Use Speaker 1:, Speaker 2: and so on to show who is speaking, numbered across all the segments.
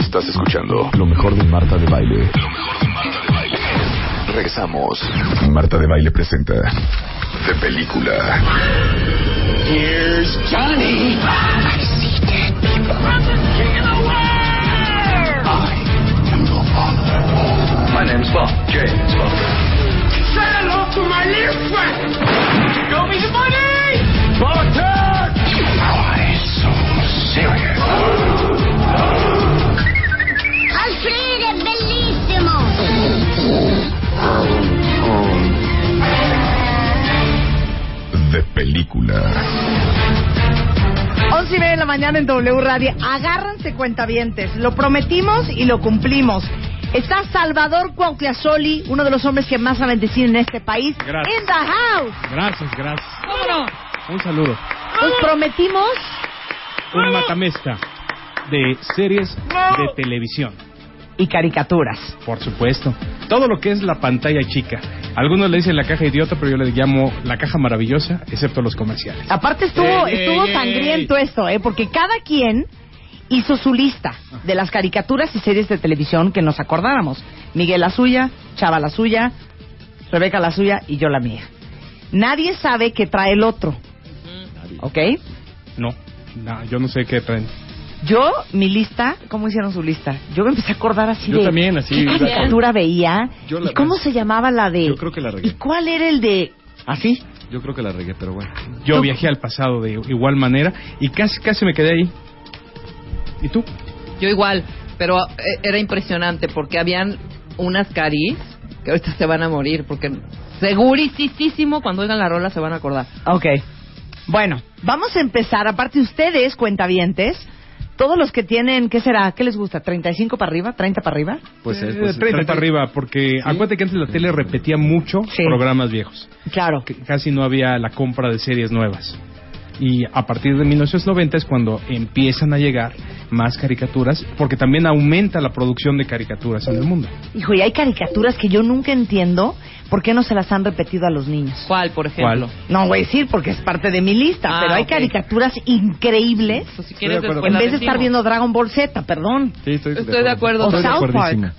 Speaker 1: Estás escuchando lo mejor de Marta de Baile. Lo mejor de Marta de Baile. Regresamos. Marta de Baile presenta de película.
Speaker 2: Here's Johnny. I see dead people. I'm the king of the world. I am the father. My name's Bob. James Bob. Say hello to my little friend. Show me the money. Bartek. Why so serious?
Speaker 3: Alfredo es bellísimo.
Speaker 1: De película.
Speaker 4: 11 y media de la mañana en W Radio. Agárranse cuentavientes. Lo prometimos y lo cumplimos. Está Salvador Cuauhtlazoli, uno de los hombres que más saben decir en este país.
Speaker 5: Gracias.
Speaker 4: In the house.
Speaker 5: Gracias, gracias. Un saludo.
Speaker 4: Nos prometimos.
Speaker 5: Un matamesta de series de televisión,
Speaker 4: Y caricaturas.
Speaker 5: por supuesto. Todo lo que es la pantalla chica. Algunos le dicen la caja idiota, pero yo le llamo la caja maravillosa, excepto los comerciales.
Speaker 4: Aparte estuvo,
Speaker 5: Ey, ey,
Speaker 4: estuvo
Speaker 5: ey,
Speaker 4: sangriento esto, ¿eh? porque cada quien hizo su lista de las caricaturas y series de televisión que nos acordáramos. Miguel la suya, Chava la suya, Rebeca la suya y yo la mía. Nadie sabe qué trae el otro. ¿Ok?
Speaker 5: No, no, yo no sé qué traen.
Speaker 4: Yo, mi lista, ¿cómo hicieron su lista? Yo me empecé a acordar así
Speaker 5: Yo
Speaker 4: de...
Speaker 5: también, así.
Speaker 4: ¿Qué caricatura veía?
Speaker 6: Yo la-
Speaker 4: ¿Y cómo se llamaba la de...?
Speaker 6: Yo creo que la regué.
Speaker 4: ¿Y cuál era el de...? ¿Así?
Speaker 6: Yo creo que la regué, pero bueno.
Speaker 5: Yo viajé al pasado de igual manera y casi, casi me quedé ahí. ¿Y tú?
Speaker 7: Yo igual, pero eh, era impresionante porque habían unas caris que ahorita se van a morir porque segurísimo cuando oigan la rola se van a acordar.
Speaker 4: Ok. Bueno, vamos a empezar. Aparte ustedes, cuentavientes, todos los que tienen, ¿qué será? ¿Qué les gusta? ¿35 para arriba? ¿30 para arriba?
Speaker 6: Pues es.
Speaker 5: Eh,
Speaker 6: Pues,
Speaker 5: 30 para arriba, porque acuérdate que antes la tele repetía mucho
Speaker 4: Sí.
Speaker 5: programas viejos.
Speaker 4: Claro.
Speaker 5: que casi no había la compra de series nuevas. Y a partir de 1990 es cuando empiezan a llegar más caricaturas, porque también aumenta la producción de caricaturas en el mundo.
Speaker 4: Hijo, y hay caricaturas que yo nunca entiendo por qué no se las han repetido a los niños.
Speaker 7: ¿Cuál, por ejemplo?
Speaker 5: ¿Cuál?
Speaker 4: No voy a decir porque es parte de mi lista,
Speaker 7: Ah,
Speaker 4: pero hay
Speaker 7: ok.
Speaker 4: caricaturas increíbles.
Speaker 7: Pues si quieres
Speaker 6: de acuerdo.
Speaker 7: después
Speaker 4: en
Speaker 7: la
Speaker 4: vez de estar
Speaker 7: decimos.
Speaker 4: viendo Dragon Ball Z, perdón.
Speaker 6: Sí, estoy,
Speaker 7: Estoy de acuerdo.
Speaker 4: O South Park.
Speaker 6: acuerdísimo.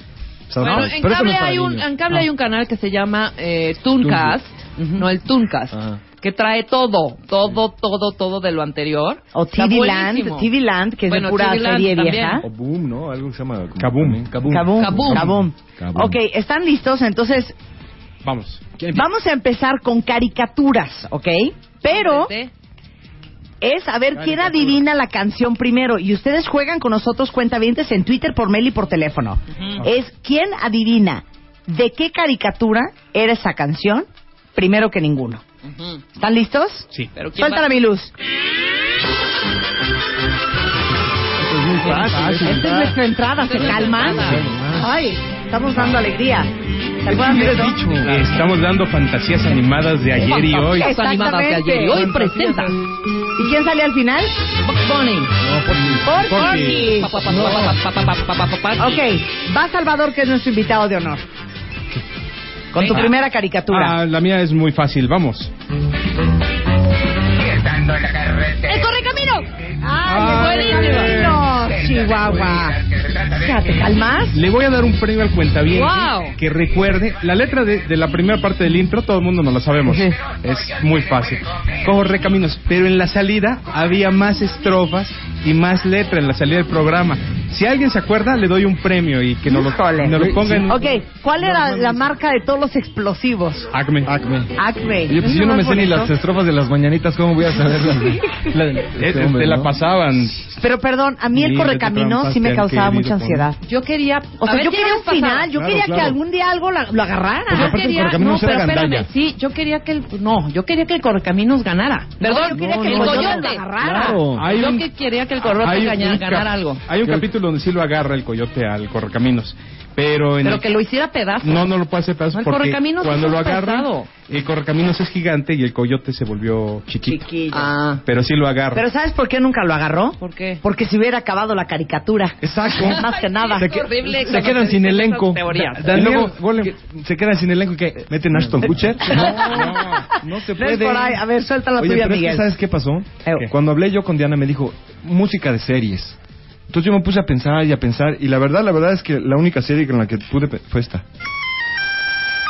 Speaker 6: South
Speaker 7: Bueno,
Speaker 6: Park.
Speaker 7: en
Speaker 6: Pero eso no
Speaker 7: cable,
Speaker 6: es para
Speaker 7: hay un,
Speaker 6: niños.
Speaker 7: en cable hay un canal que se llama eh, Tooncast,
Speaker 4: Ujú.
Speaker 7: no el Tooncast,
Speaker 6: Ajá.
Speaker 7: que trae todo, todo, todo, todo de lo anterior.
Speaker 4: O
Speaker 7: Está
Speaker 4: TV
Speaker 7: buenísimo.
Speaker 4: Land, TV Land, que es
Speaker 7: Bueno,
Speaker 4: de pura
Speaker 7: TV Land
Speaker 4: serie
Speaker 7: también.
Speaker 4: vieja.
Speaker 6: O Boom, ¿no? Algo que se llama.
Speaker 5: Kaboom.
Speaker 6: Kaboom.
Speaker 4: Kaboom.
Speaker 7: Kaboom.
Speaker 4: Kaboom.
Speaker 6: Kaboom.
Speaker 4: Ok, ¿están listos? Entonces,
Speaker 5: Vamos.
Speaker 4: Vamos a empezar con caricaturas, ¿ok? Pero
Speaker 7: ¿Sí?
Speaker 4: es a ver quién adivina la canción primero. Y ustedes juegan con nosotros cuentavientes en Twitter por mail y por teléfono. Es quién adivina de qué caricatura era esa canción primero que ninguno.
Speaker 7: Ujú.
Speaker 4: ¿Están listos?
Speaker 5: Sí.
Speaker 7: Pero ¿quién
Speaker 4: Suéltala
Speaker 7: va-
Speaker 4: mi luz.
Speaker 6: Esto es muy fácil.
Speaker 4: Esta es nuestra entrada, ¿se
Speaker 7: Esta es nuestra
Speaker 4: calman?
Speaker 6: entrada.
Speaker 4: Ay, estamos dando alegría. ¿Se acuerdan de eso?
Speaker 5: Estamos dando fantasías animadas de ayer y hoy.
Speaker 4: Fantasías.
Speaker 7: Exactamente. animadas de ayer y hoy
Speaker 4: Fantasías.
Speaker 7: presenta
Speaker 4: ¿Y quién sale al final?
Speaker 7: Bonnie.
Speaker 4: Por
Speaker 5: Porky.
Speaker 4: Porky.
Speaker 7: Pa, pa, pa, pa, pa, pa, pa, pa, pa, pa, pa.
Speaker 4: Ok, va Salvador, que es nuestro invitado de honor. Con tu
Speaker 7: Venga.
Speaker 4: primera caricatura.
Speaker 5: Ah, la mía es muy fácil, vamos.
Speaker 7: ¡El correcamino!
Speaker 4: ¡Ay,
Speaker 7: buenísimo.
Speaker 4: Ah, buenísimo! Chihuahua. Ya, ¿te calmas?
Speaker 5: Le voy a dar un premio al cuentaviente
Speaker 7: Wow.
Speaker 5: que recuerde la letra de, de la primera parte del intro, todo el mundo nos la sabemos. Es muy fácil. Cojo recaminos, pero en la salida había más estrofas y más letra en la salida del programa. Si alguien se acuerda, le doy un premio y que nos lo,
Speaker 4: Híjole.
Speaker 5: nos lo ponga en
Speaker 4: Ok, ¿cuál era la marca de todos los explosivos?
Speaker 5: Acme.
Speaker 4: Acme.
Speaker 6: Oye, pues si yo no me sé ni
Speaker 4: bonito?
Speaker 6: las estrofas de las mañanitas, ¿cómo voy a saber las la, este
Speaker 5: Eh, eh, te la pasaban.
Speaker 4: Pero perdón, a mí el
Speaker 5: Mira,
Speaker 4: correcamino
Speaker 5: trampas
Speaker 4: sí me
Speaker 5: te han
Speaker 4: causaba
Speaker 5: querido
Speaker 4: mucha
Speaker 5: poner.
Speaker 4: ansiedad.
Speaker 7: Yo quería.
Speaker 4: O
Speaker 7: a
Speaker 4: sea,
Speaker 7: ver,
Speaker 4: yo
Speaker 7: ¿qué
Speaker 4: quería
Speaker 7: habías
Speaker 4: el final,
Speaker 7: pasado?
Speaker 4: yo
Speaker 6: Claro,
Speaker 4: quería que
Speaker 6: claro.
Speaker 4: algún día algo la- lo agarrara.
Speaker 6: Pues
Speaker 7: Yo
Speaker 6: aparte el
Speaker 7: Ah, quería,
Speaker 6: Correcaminos
Speaker 7: no,
Speaker 6: era
Speaker 7: pero espérame,
Speaker 6: gandalla.
Speaker 7: sí, yo quería que el, no, yo quería que el Correcaminos ganara. Perdón,
Speaker 4: yo quería que el
Speaker 7: el
Speaker 4: coyote
Speaker 7: coyote.
Speaker 4: lo agarrara.
Speaker 6: Claro.
Speaker 5: Hay
Speaker 7: yo
Speaker 5: un-
Speaker 7: que quería que el Corrote
Speaker 5: hay un
Speaker 7: ganara,
Speaker 5: cap-
Speaker 7: ganara algo.
Speaker 5: Hay un capítulo donde sí lo agarra el coyote al correcaminos, pero en
Speaker 7: Pero
Speaker 5: el-
Speaker 7: que lo hiciera pedazo.
Speaker 5: No, no lo puede hacer pedazos
Speaker 7: No, el
Speaker 5: porque
Speaker 7: Correcaminos
Speaker 5: cuando
Speaker 7: es
Speaker 5: lo
Speaker 7: un
Speaker 5: agarra,
Speaker 7: pesado.
Speaker 5: el correcaminos es gigante y el coyote se volvió chiquito.
Speaker 4: Chiquillo.
Speaker 7: Ah,
Speaker 5: Pero sí lo agarra.
Speaker 4: Pero ¿sabes por qué nunca lo agarró?
Speaker 7: ¿por qué?
Speaker 4: Porque se hubiera acabado la caricatura.
Speaker 5: Exacto.
Speaker 4: Más que nada.
Speaker 7: Es horrible
Speaker 6: Se
Speaker 7: conocer
Speaker 6: quedan sin
Speaker 7: esas
Speaker 6: elenco.
Speaker 7: teorías.
Speaker 6: Da-
Speaker 5: Y
Speaker 6: Daniel,
Speaker 5: luego, golem.
Speaker 6: que- se quedan sin elenco y que meten a Ashton Kutcher. No, no se
Speaker 4: No es por ahí. A ver, suelta la
Speaker 6: Oye,
Speaker 4: tuya,
Speaker 6: pero es que
Speaker 4: Miguel.
Speaker 6: ¿sabes qué pasó?
Speaker 4: ¿Qué?
Speaker 6: Cuando hablé yo con Diana me dijo, música de series.
Speaker 5: Entonces yo me puse a pensar y a pensar, y la verdad, la verdad es que la única serie con la que pude pe- fue esta.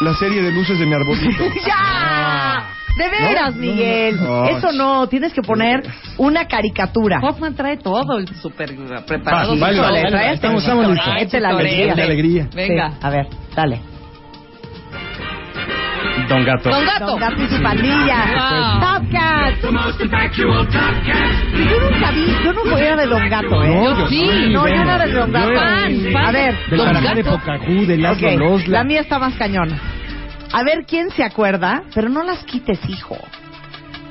Speaker 5: La serie de luces de mi arbolito.
Speaker 4: ¡Ya! De veras, Miguel.
Speaker 5: no.
Speaker 4: Eso no, tienes que poner una caricatura.
Speaker 7: Hoffman trae todo el súper preparado.
Speaker 5: Va, vale,
Speaker 7: Híjole,
Speaker 5: vale,
Speaker 7: trae este hasta
Speaker 5: estamos-
Speaker 7: el
Speaker 5: estamos listos.
Speaker 7: chocolate,
Speaker 4: Échale
Speaker 7: torrente.
Speaker 4: alegría.
Speaker 5: De alegría.
Speaker 7: este. Venga.
Speaker 4: Sí, a ver, dale.
Speaker 5: Don Gato.
Speaker 7: Don Gato.
Speaker 4: Don Gato y su pandilla.
Speaker 7: Wow.
Speaker 4: Top Cat. Yo nunca vi, yo nunca era de Don Gato, ¿eh?
Speaker 6: No, yo
Speaker 7: sí.
Speaker 4: No, yo
Speaker 6: venga.
Speaker 4: era de Don Gato.
Speaker 7: Fan, fan.
Speaker 4: A ver,
Speaker 6: Del
Speaker 7: Don
Speaker 6: Paraná de
Speaker 7: Gato.
Speaker 6: Pocahú, de Las
Speaker 4: ok,
Speaker 6: Losla.
Speaker 4: la mía está más cañona. A ver quién se acuerda, pero no las quites, hijo.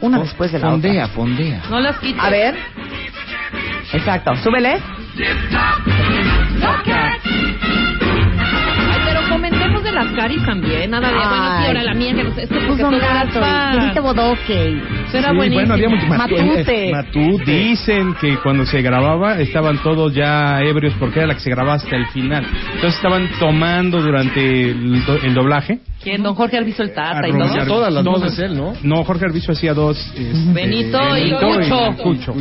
Speaker 4: Una
Speaker 5: Pues,
Speaker 4: después de la
Speaker 6: fondea,
Speaker 4: otra.
Speaker 6: fondea.
Speaker 7: No las quites.
Speaker 4: A ver. Exacto, súbele.
Speaker 7: Ay, pero comentemos de las caris también. Nada de, bueno,
Speaker 4: Ay.
Speaker 7: sí, ahora la mía que no sé. Es que porque
Speaker 4: Puso
Speaker 7: tú
Speaker 4: un
Speaker 7: eras
Speaker 4: gato
Speaker 7: fan.
Speaker 4: y Kirito Bodoque.
Speaker 7: Eso era
Speaker 5: Sí,
Speaker 7: buenísimo.
Speaker 5: bueno, había mucho
Speaker 4: Matute.
Speaker 5: eh, Matú, dicen que cuando se grababa estaban todos ya ebrios porque era la que se grababa hasta el final. Entonces estaban tomando durante el, do- el doblaje.
Speaker 7: ¿Quién? Don Jorge Arviso el Tata
Speaker 5: Arroz-
Speaker 7: y todo.
Speaker 5: Arroz-
Speaker 6: Ah, Todas las
Speaker 5: no,
Speaker 6: voces él, ¿no?
Speaker 5: No, Jorge Arviso hacía dos. este,
Speaker 7: Benito y Cucho.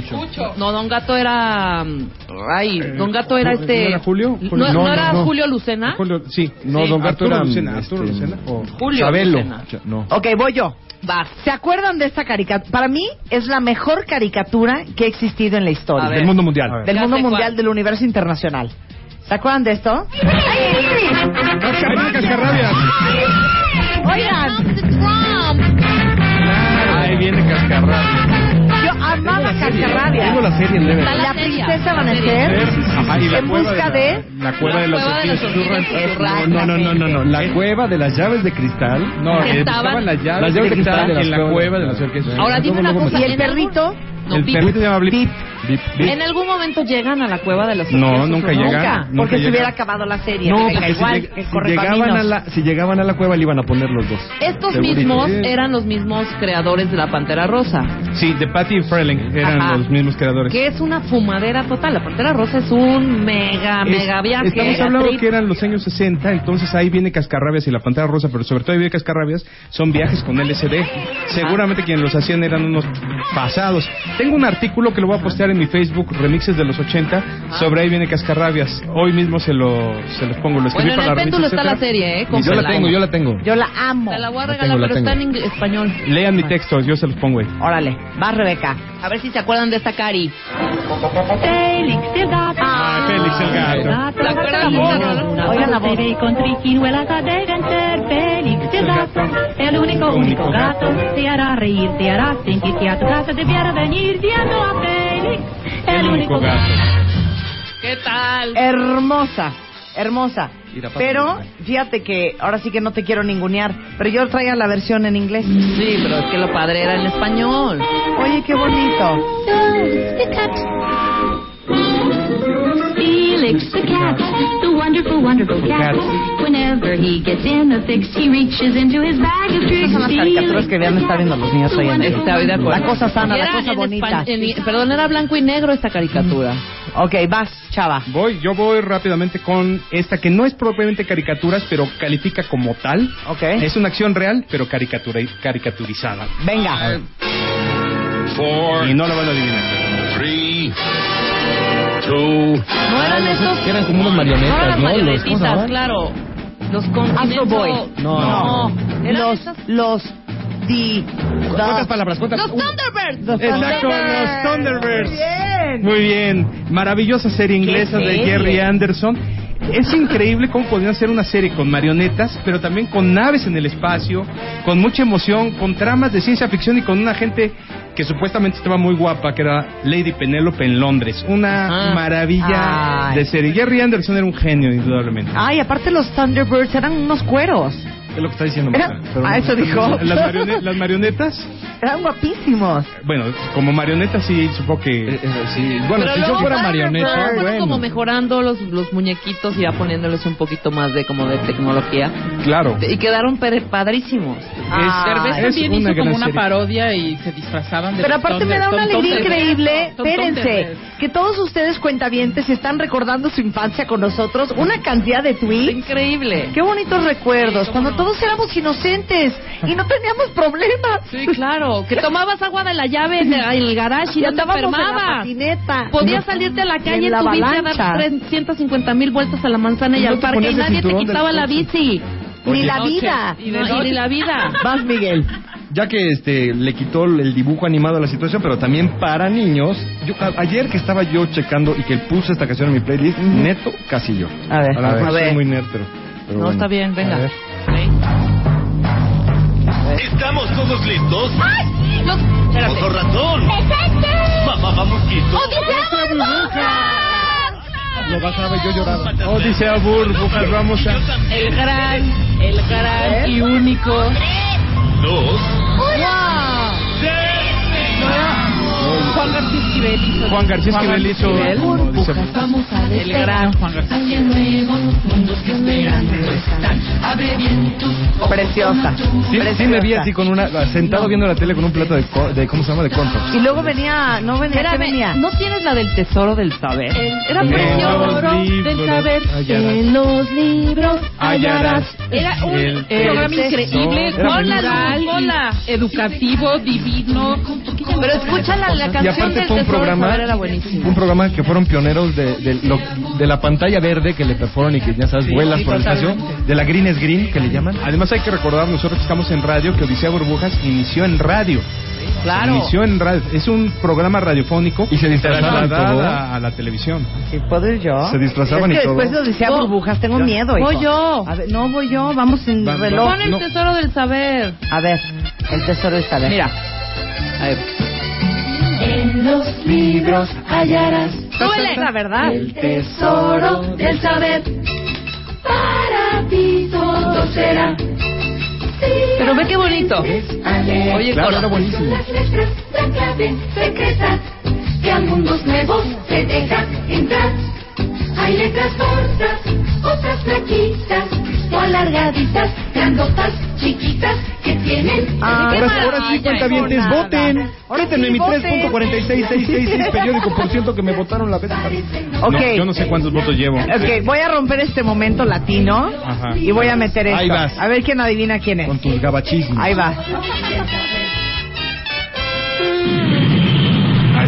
Speaker 7: No, Don Gato era. mm, Ay, Don Gato era
Speaker 5: ¿no-
Speaker 7: este.
Speaker 5: no Eh, era Julio?
Speaker 7: ¿No,
Speaker 5: Julio-
Speaker 7: no,
Speaker 5: no,
Speaker 7: era
Speaker 5: no, no.
Speaker 7: Julio Lucena?
Speaker 5: Julio- sí,
Speaker 6: No,
Speaker 7: Sí.
Speaker 6: Don Gato
Speaker 5: Arturo
Speaker 6: era... este,
Speaker 5: Lucena, Arturo Lucena, o-
Speaker 7: Julio
Speaker 6: Chabelo.
Speaker 7: Lucena.
Speaker 6: Ch- No.
Speaker 4: Ok, voy yo.
Speaker 7: Vas.
Speaker 4: ¿Se acuerdan de esta caricatura? Para mí es la mejor caricatura que ha existido en la
Speaker 7: A
Speaker 4: historia.
Speaker 7: ver.
Speaker 5: Del mundo mundial.
Speaker 4: Del
Speaker 7: Ya
Speaker 4: mundo
Speaker 7: sé
Speaker 4: mundial,
Speaker 7: cuál.
Speaker 4: del universo internacional. ¿Se acuerdan de esto?
Speaker 5: ¡Ay, Cascarrabias!
Speaker 4: Oigan,
Speaker 5: Ahí viene Cascarrabias.
Speaker 4: yo amaba Cascarrabias.
Speaker 5: Tengo la serie en
Speaker 7: Está
Speaker 5: DVD.
Speaker 4: La
Speaker 7: serie,
Speaker 4: princesa
Speaker 7: la serie.
Speaker 4: Vanecer.
Speaker 5: Ajá, y la
Speaker 4: En
Speaker 5: cueva
Speaker 4: busca
Speaker 5: la-
Speaker 4: de-
Speaker 5: La cueva de los
Speaker 7: cueva de los
Speaker 5: espíritus
Speaker 7: espíritus
Speaker 5: churras.
Speaker 7: churras.
Speaker 5: No, no, no, no, no. La
Speaker 6: La
Speaker 5: cueva.
Speaker 6: cueva de las llaves de cristal.
Speaker 5: No,
Speaker 7: Que
Speaker 5: eh,
Speaker 7: estaban-
Speaker 5: estaban las llaves,
Speaker 6: Las llaves
Speaker 5: que
Speaker 6: de cristal
Speaker 5: estaban
Speaker 6: de
Speaker 5: en
Speaker 6: las
Speaker 5: la
Speaker 6: cuevas.
Speaker 5: cueva de las orquestas.
Speaker 7: Ahora dime una cosa.
Speaker 4: Y el
Speaker 7: ¿en algún-
Speaker 4: perrito.
Speaker 7: No,
Speaker 5: el
Speaker 7: Pip.
Speaker 5: perrito se llama Blip.
Speaker 4: Blip.
Speaker 5: Blip, Blip.
Speaker 7: En algún momento llegan a la cueva de los
Speaker 5: No,
Speaker 7: Orquestas,
Speaker 5: nunca
Speaker 7: ¿o
Speaker 5: llegan.
Speaker 4: Nunca,
Speaker 5: Nunca
Speaker 4: porque se
Speaker 5: llega.
Speaker 4: hubiera acabado la serie.
Speaker 6: No,
Speaker 4: Venga,
Speaker 6: porque si,
Speaker 4: igual,
Speaker 6: lleg-
Speaker 4: que
Speaker 6: si llegaban
Speaker 4: correcaminos.
Speaker 6: a la, si llegaban a la cueva le iban a poner los dos.
Speaker 7: Estos
Speaker 6: Segurito.
Speaker 7: mismos
Speaker 6: Sí.
Speaker 7: eran los mismos creadores de la Pantera Rosa.
Speaker 5: Sí, de Patty y Freling eran
Speaker 7: Ajá.
Speaker 5: los mismos creadores.
Speaker 7: Que es una fumadera total. La Pantera Rosa es un mega,
Speaker 5: Es-
Speaker 7: mega viaje.
Speaker 5: Estamos
Speaker 7: Mega
Speaker 5: hablando
Speaker 7: trip.
Speaker 5: que eran los años 60, entonces ahí viene Cascarrabias y la Pantera Rosa, pero sobre todo ahí viene Cascarrabias, son viajes con LSD. Seguramente quienes los hacían eran unos pasados. Tengo un artículo que lo voy a postear en mi Facebook, Remixes de los 80, sobre ahí viene Cascarrabias. Hoy mismo se, lo, se los pongo, lo escribí
Speaker 7: Bueno, en
Speaker 5: para
Speaker 7: el
Speaker 5: la revista,
Speaker 7: péndulo está la
Speaker 5: etcétera.
Speaker 7: serie, ¿eh?
Speaker 6: Y yo la
Speaker 7: Cómprala.
Speaker 6: tengo, yo la tengo.
Speaker 4: Yo la amo.
Speaker 7: Te la voy a
Speaker 6: La
Speaker 7: regalar,
Speaker 6: tengo, la
Speaker 7: pero está en
Speaker 6: tengo.
Speaker 7: ing- español.
Speaker 5: Lean mi texto, yo se los pongo ahí.
Speaker 4: Órale, va Rebeca.
Speaker 7: A ver si se acuerdan de esta Cari.
Speaker 8: Félix el gato.
Speaker 5: Ah, Félix el gato.
Speaker 8: Gato,
Speaker 7: ¿Te acuerdas de esta rola?
Speaker 4: Oigan la voz.
Speaker 8: Seré con triquiñuelas deben ser Félix el gato. El único,
Speaker 5: Único
Speaker 8: único gato.
Speaker 5: gato.
Speaker 8: Te hará reír, te hará sentir que a tu casa debiera venir viendo a Félix. El único gato.
Speaker 7: ¿Qué tal?
Speaker 4: Hermosa, hermosa.
Speaker 6: Y la pasan
Speaker 4: Pero
Speaker 6: bien.
Speaker 4: fíjate que ahora sí que no te quiero ningunear, pero yo traía la versión en inglés.
Speaker 7: Sí, pero es que lo padre era en español.
Speaker 4: Oye, qué bonito.
Speaker 8: Felix the cat, the wonderful, wonderful cat. Whenever he gets in a fix, he reaches into his bag of tricks.
Speaker 4: Estas son las caricaturas que deben estar viendo los niños hoy en día.
Speaker 7: Estoy de acuerdo.
Speaker 4: La cosa sana, la
Speaker 7: Era
Speaker 4: cosa
Speaker 7: en
Speaker 4: bonita.
Speaker 7: espa- en- perdón, era blanco y negro esta caricatura.
Speaker 4: Ok, vas, chava.
Speaker 5: Voy, yo voy rápidamente con esta que no es propiamente caricaturas, pero califica como tal.
Speaker 4: Ok.
Speaker 5: Es una acción real, pero caricatura caricaturizada.
Speaker 4: Venga.
Speaker 5: Y no la van a adivinar.
Speaker 7: No eran estos.
Speaker 6: que eran como unas
Speaker 7: no
Speaker 6: marionetas,
Speaker 7: eran
Speaker 6: ¿no? Los- ¿cómo se
Speaker 7: marionetitas,
Speaker 6: llamaban?
Speaker 7: claro. Los continentos.
Speaker 4: Boy.
Speaker 6: No.
Speaker 7: Eran
Speaker 4: Los,
Speaker 7: estos-
Speaker 4: los, di,
Speaker 6: ¿Cuántas
Speaker 4: da-
Speaker 6: palabras? ¿Cuántas?
Speaker 7: Los
Speaker 6: Uh,
Speaker 7: Thunderbirds.
Speaker 4: los
Speaker 5: Exacto, los Thunderbirds.
Speaker 4: Muy bien.
Speaker 5: Muy bien, maravillosa serie inglesa de
Speaker 4: serie?
Speaker 5: Jerry Anderson. Es increíble cómo podían hacer una serie con marionetas, pero también con naves en el espacio, con mucha emoción, con tramas de ciencia ficción y con una gente que supuestamente estaba muy guapa, que era Lady Penélope en Londres. Una
Speaker 7: Ajá.
Speaker 5: maravilla
Speaker 4: Ay.
Speaker 5: de serie. Jerry Anderson era un genio, indudablemente.
Speaker 4: Ay, aparte los Thunderbirds eran unos cueros.
Speaker 5: Es lo que está diciendo.
Speaker 4: Era-
Speaker 5: Marta, pero-
Speaker 4: ah, eso dijo.
Speaker 5: Las, marione- las marionetas,
Speaker 4: Eran guapísimos.
Speaker 5: bueno, como marionetas sí, supongo que...
Speaker 6: eh, eh, sí. Bueno,
Speaker 7: Pero
Speaker 6: si yo
Speaker 7: luego
Speaker 6: fuera
Speaker 7: fueron-
Speaker 6: marioneta,
Speaker 7: fueron
Speaker 6: bueno.
Speaker 7: como mejorando los, los muñequitos y ya poniéndoles un poquito más de como de tecnología.
Speaker 5: Claro.
Speaker 7: Y quedaron pere- padrísimos.
Speaker 4: Ay.
Speaker 5: es
Speaker 9: también hizo
Speaker 5: gran
Speaker 9: como una
Speaker 5: serie.
Speaker 9: parodia y se disfrazaban de
Speaker 4: Pero
Speaker 9: los
Speaker 4: aparte me da
Speaker 9: Thunder-
Speaker 4: una
Speaker 9: Tom
Speaker 4: alegría
Speaker 9: Thunderbirds.
Speaker 4: increíble.
Speaker 9: Tom
Speaker 4: Espérense.
Speaker 9: Thunderbirds.
Speaker 4: que todos ustedes cuentavientes están recordando su infancia con nosotros. Una cantidad de tweets.
Speaker 7: Increíble.
Speaker 4: Qué bonitos recuerdos,
Speaker 7: Sí, cómo
Speaker 4: cuando
Speaker 7: no.
Speaker 4: todos éramos inocentes y no teníamos problemas.
Speaker 7: Sí, claro. Que tomabas agua de la llave en el garage y no te
Speaker 4: Andábamos en la
Speaker 7: enfermabas.
Speaker 4: patineta.
Speaker 7: Podías salirte a la
Speaker 4: Y
Speaker 7: calle,
Speaker 4: en la
Speaker 7: tuviste a
Speaker 4: avalancha.
Speaker 7: dar 350 mil vueltas a la manzana y,
Speaker 6: ¿Y no
Speaker 7: al
Speaker 6: te
Speaker 7: parque y
Speaker 6: ponías el
Speaker 7: nadie te
Speaker 6: cinturón del
Speaker 7: quitaba la
Speaker 6: coche?
Speaker 7: bici.
Speaker 4: Ni
Speaker 6: Oye,
Speaker 4: la
Speaker 7: Noches.
Speaker 4: vida.
Speaker 7: Y, de noche. y ni la vida.
Speaker 4: Vas, Miguel.
Speaker 6: Ya que este le quitó el dibujo animado a la situación, pero también para niños. Yo, a- ayer que estaba yo checando y que puse esta canción en mi playlist, neto casi yo.
Speaker 4: A ver,
Speaker 6: a la
Speaker 4: a
Speaker 6: mejor
Speaker 4: ver.
Speaker 6: soy muy nerd, pero. pero
Speaker 7: No,
Speaker 6: bueno.
Speaker 7: está bien,
Speaker 6: A
Speaker 7: venga.
Speaker 6: ver.
Speaker 2: ¿Estamos todos listos? ¡Oso ratón! ¡Mamá, mamuquito!
Speaker 6: Lo bajaba y yo lloraba.
Speaker 5: Odisea Burbujas, vamos a...
Speaker 7: El gran, el gran y único.
Speaker 2: Dos.
Speaker 7: Juan García Esquivel hizo-
Speaker 5: Juan García Esquivel hizo... como dice-
Speaker 7: El gran Juan García.
Speaker 4: Preciosa.
Speaker 6: Sí,
Speaker 4: Preciosa.
Speaker 6: sí me vi así con una sentado viendo la tele con un plato de, co- de cómo se llama de corto.
Speaker 4: Y luego venía, no venía, ¿qué venía?
Speaker 7: ¿no tienes la del tesoro del saber? Era
Speaker 5: En
Speaker 7: precioso.
Speaker 5: los libros
Speaker 7: del saber.
Speaker 5: hallarás.
Speaker 7: los libros
Speaker 5: hallarás.
Speaker 7: Era un
Speaker 5: El
Speaker 7: programa
Speaker 4: tesoro.
Speaker 7: increíble,
Speaker 6: Era
Speaker 7: con la
Speaker 6: cultural
Speaker 7: luz, con la educativo, divino. Pero escúchala, la
Speaker 6: Y
Speaker 7: canción
Speaker 6: aparte
Speaker 7: del
Speaker 6: fue
Speaker 7: tesoro
Speaker 6: un
Speaker 7: del
Speaker 6: programa,
Speaker 7: saber era buenísima.
Speaker 6: un programa que fueron pioneros de, de, lo- de la pantalla verde que le perforan y que ya sabes, vuelas
Speaker 7: sí,
Speaker 6: por el espacio,
Speaker 7: totalmente.
Speaker 6: de la green es green que le llaman.
Speaker 5: Además hay que recordar, nosotros que estamos en radio, que Odisea Burbujas inició en radio.
Speaker 7: Claro.
Speaker 5: Inició en radio. Es un programa radiofónico
Speaker 6: Y se disfrazaban y
Speaker 5: trasladado
Speaker 6: todo.
Speaker 5: a, a la televisión.
Speaker 4: Sí, ¿puedo ir yo?
Speaker 6: Se disfrazaban
Speaker 4: Es
Speaker 6: y
Speaker 4: que
Speaker 6: todo.
Speaker 4: después lo decía
Speaker 7: No.
Speaker 4: burbujas, tengo miedo.
Speaker 7: Voy
Speaker 4: hijo.
Speaker 7: yo.
Speaker 4: A ver, no, voy yo, vamos en
Speaker 5: Va-
Speaker 4: reloj.
Speaker 7: Pon el tesoro del saber.
Speaker 4: A ver, el tesoro del saber.
Speaker 7: Mira. A ver.
Speaker 8: En los libros hallarás
Speaker 7: Súbele. La verdad.
Speaker 8: el tesoro del saber. Para ti todo será.
Speaker 7: Pero ve qué bonito. Oye,
Speaker 6: Claro,
Speaker 7: con-
Speaker 6: era
Speaker 8: Son
Speaker 6: buenísimo.
Speaker 8: las letras, la clave secreta que a mundos nuevos te deja entrar. Hay letras cortas, otras flaquitas o alargaditas, grandotas, chiquitas que tienen.
Speaker 4: Ah,
Speaker 7: Qué
Speaker 6: Ahora, ahora sí,
Speaker 7: maravilla,
Speaker 6: cuenta bien,
Speaker 4: hijo, nada.
Speaker 6: voten.
Speaker 4: Ahora
Speaker 6: Voten en
Speaker 4: sí,
Speaker 6: mi
Speaker 4: voten.
Speaker 6: 3.46666 periódico, por ciento que me votaron la vez.
Speaker 7: Oh.
Speaker 4: Ok.
Speaker 5: No, yo no sé cuántos votos llevo.
Speaker 4: Ok, voy a romper este momento latino
Speaker 5: Ajá.
Speaker 4: y voy a meter esto.
Speaker 5: Ahí vas.
Speaker 4: A ver quién adivina quién es.
Speaker 6: Con tus gabachismos.
Speaker 4: Ahí va.
Speaker 5: Ah,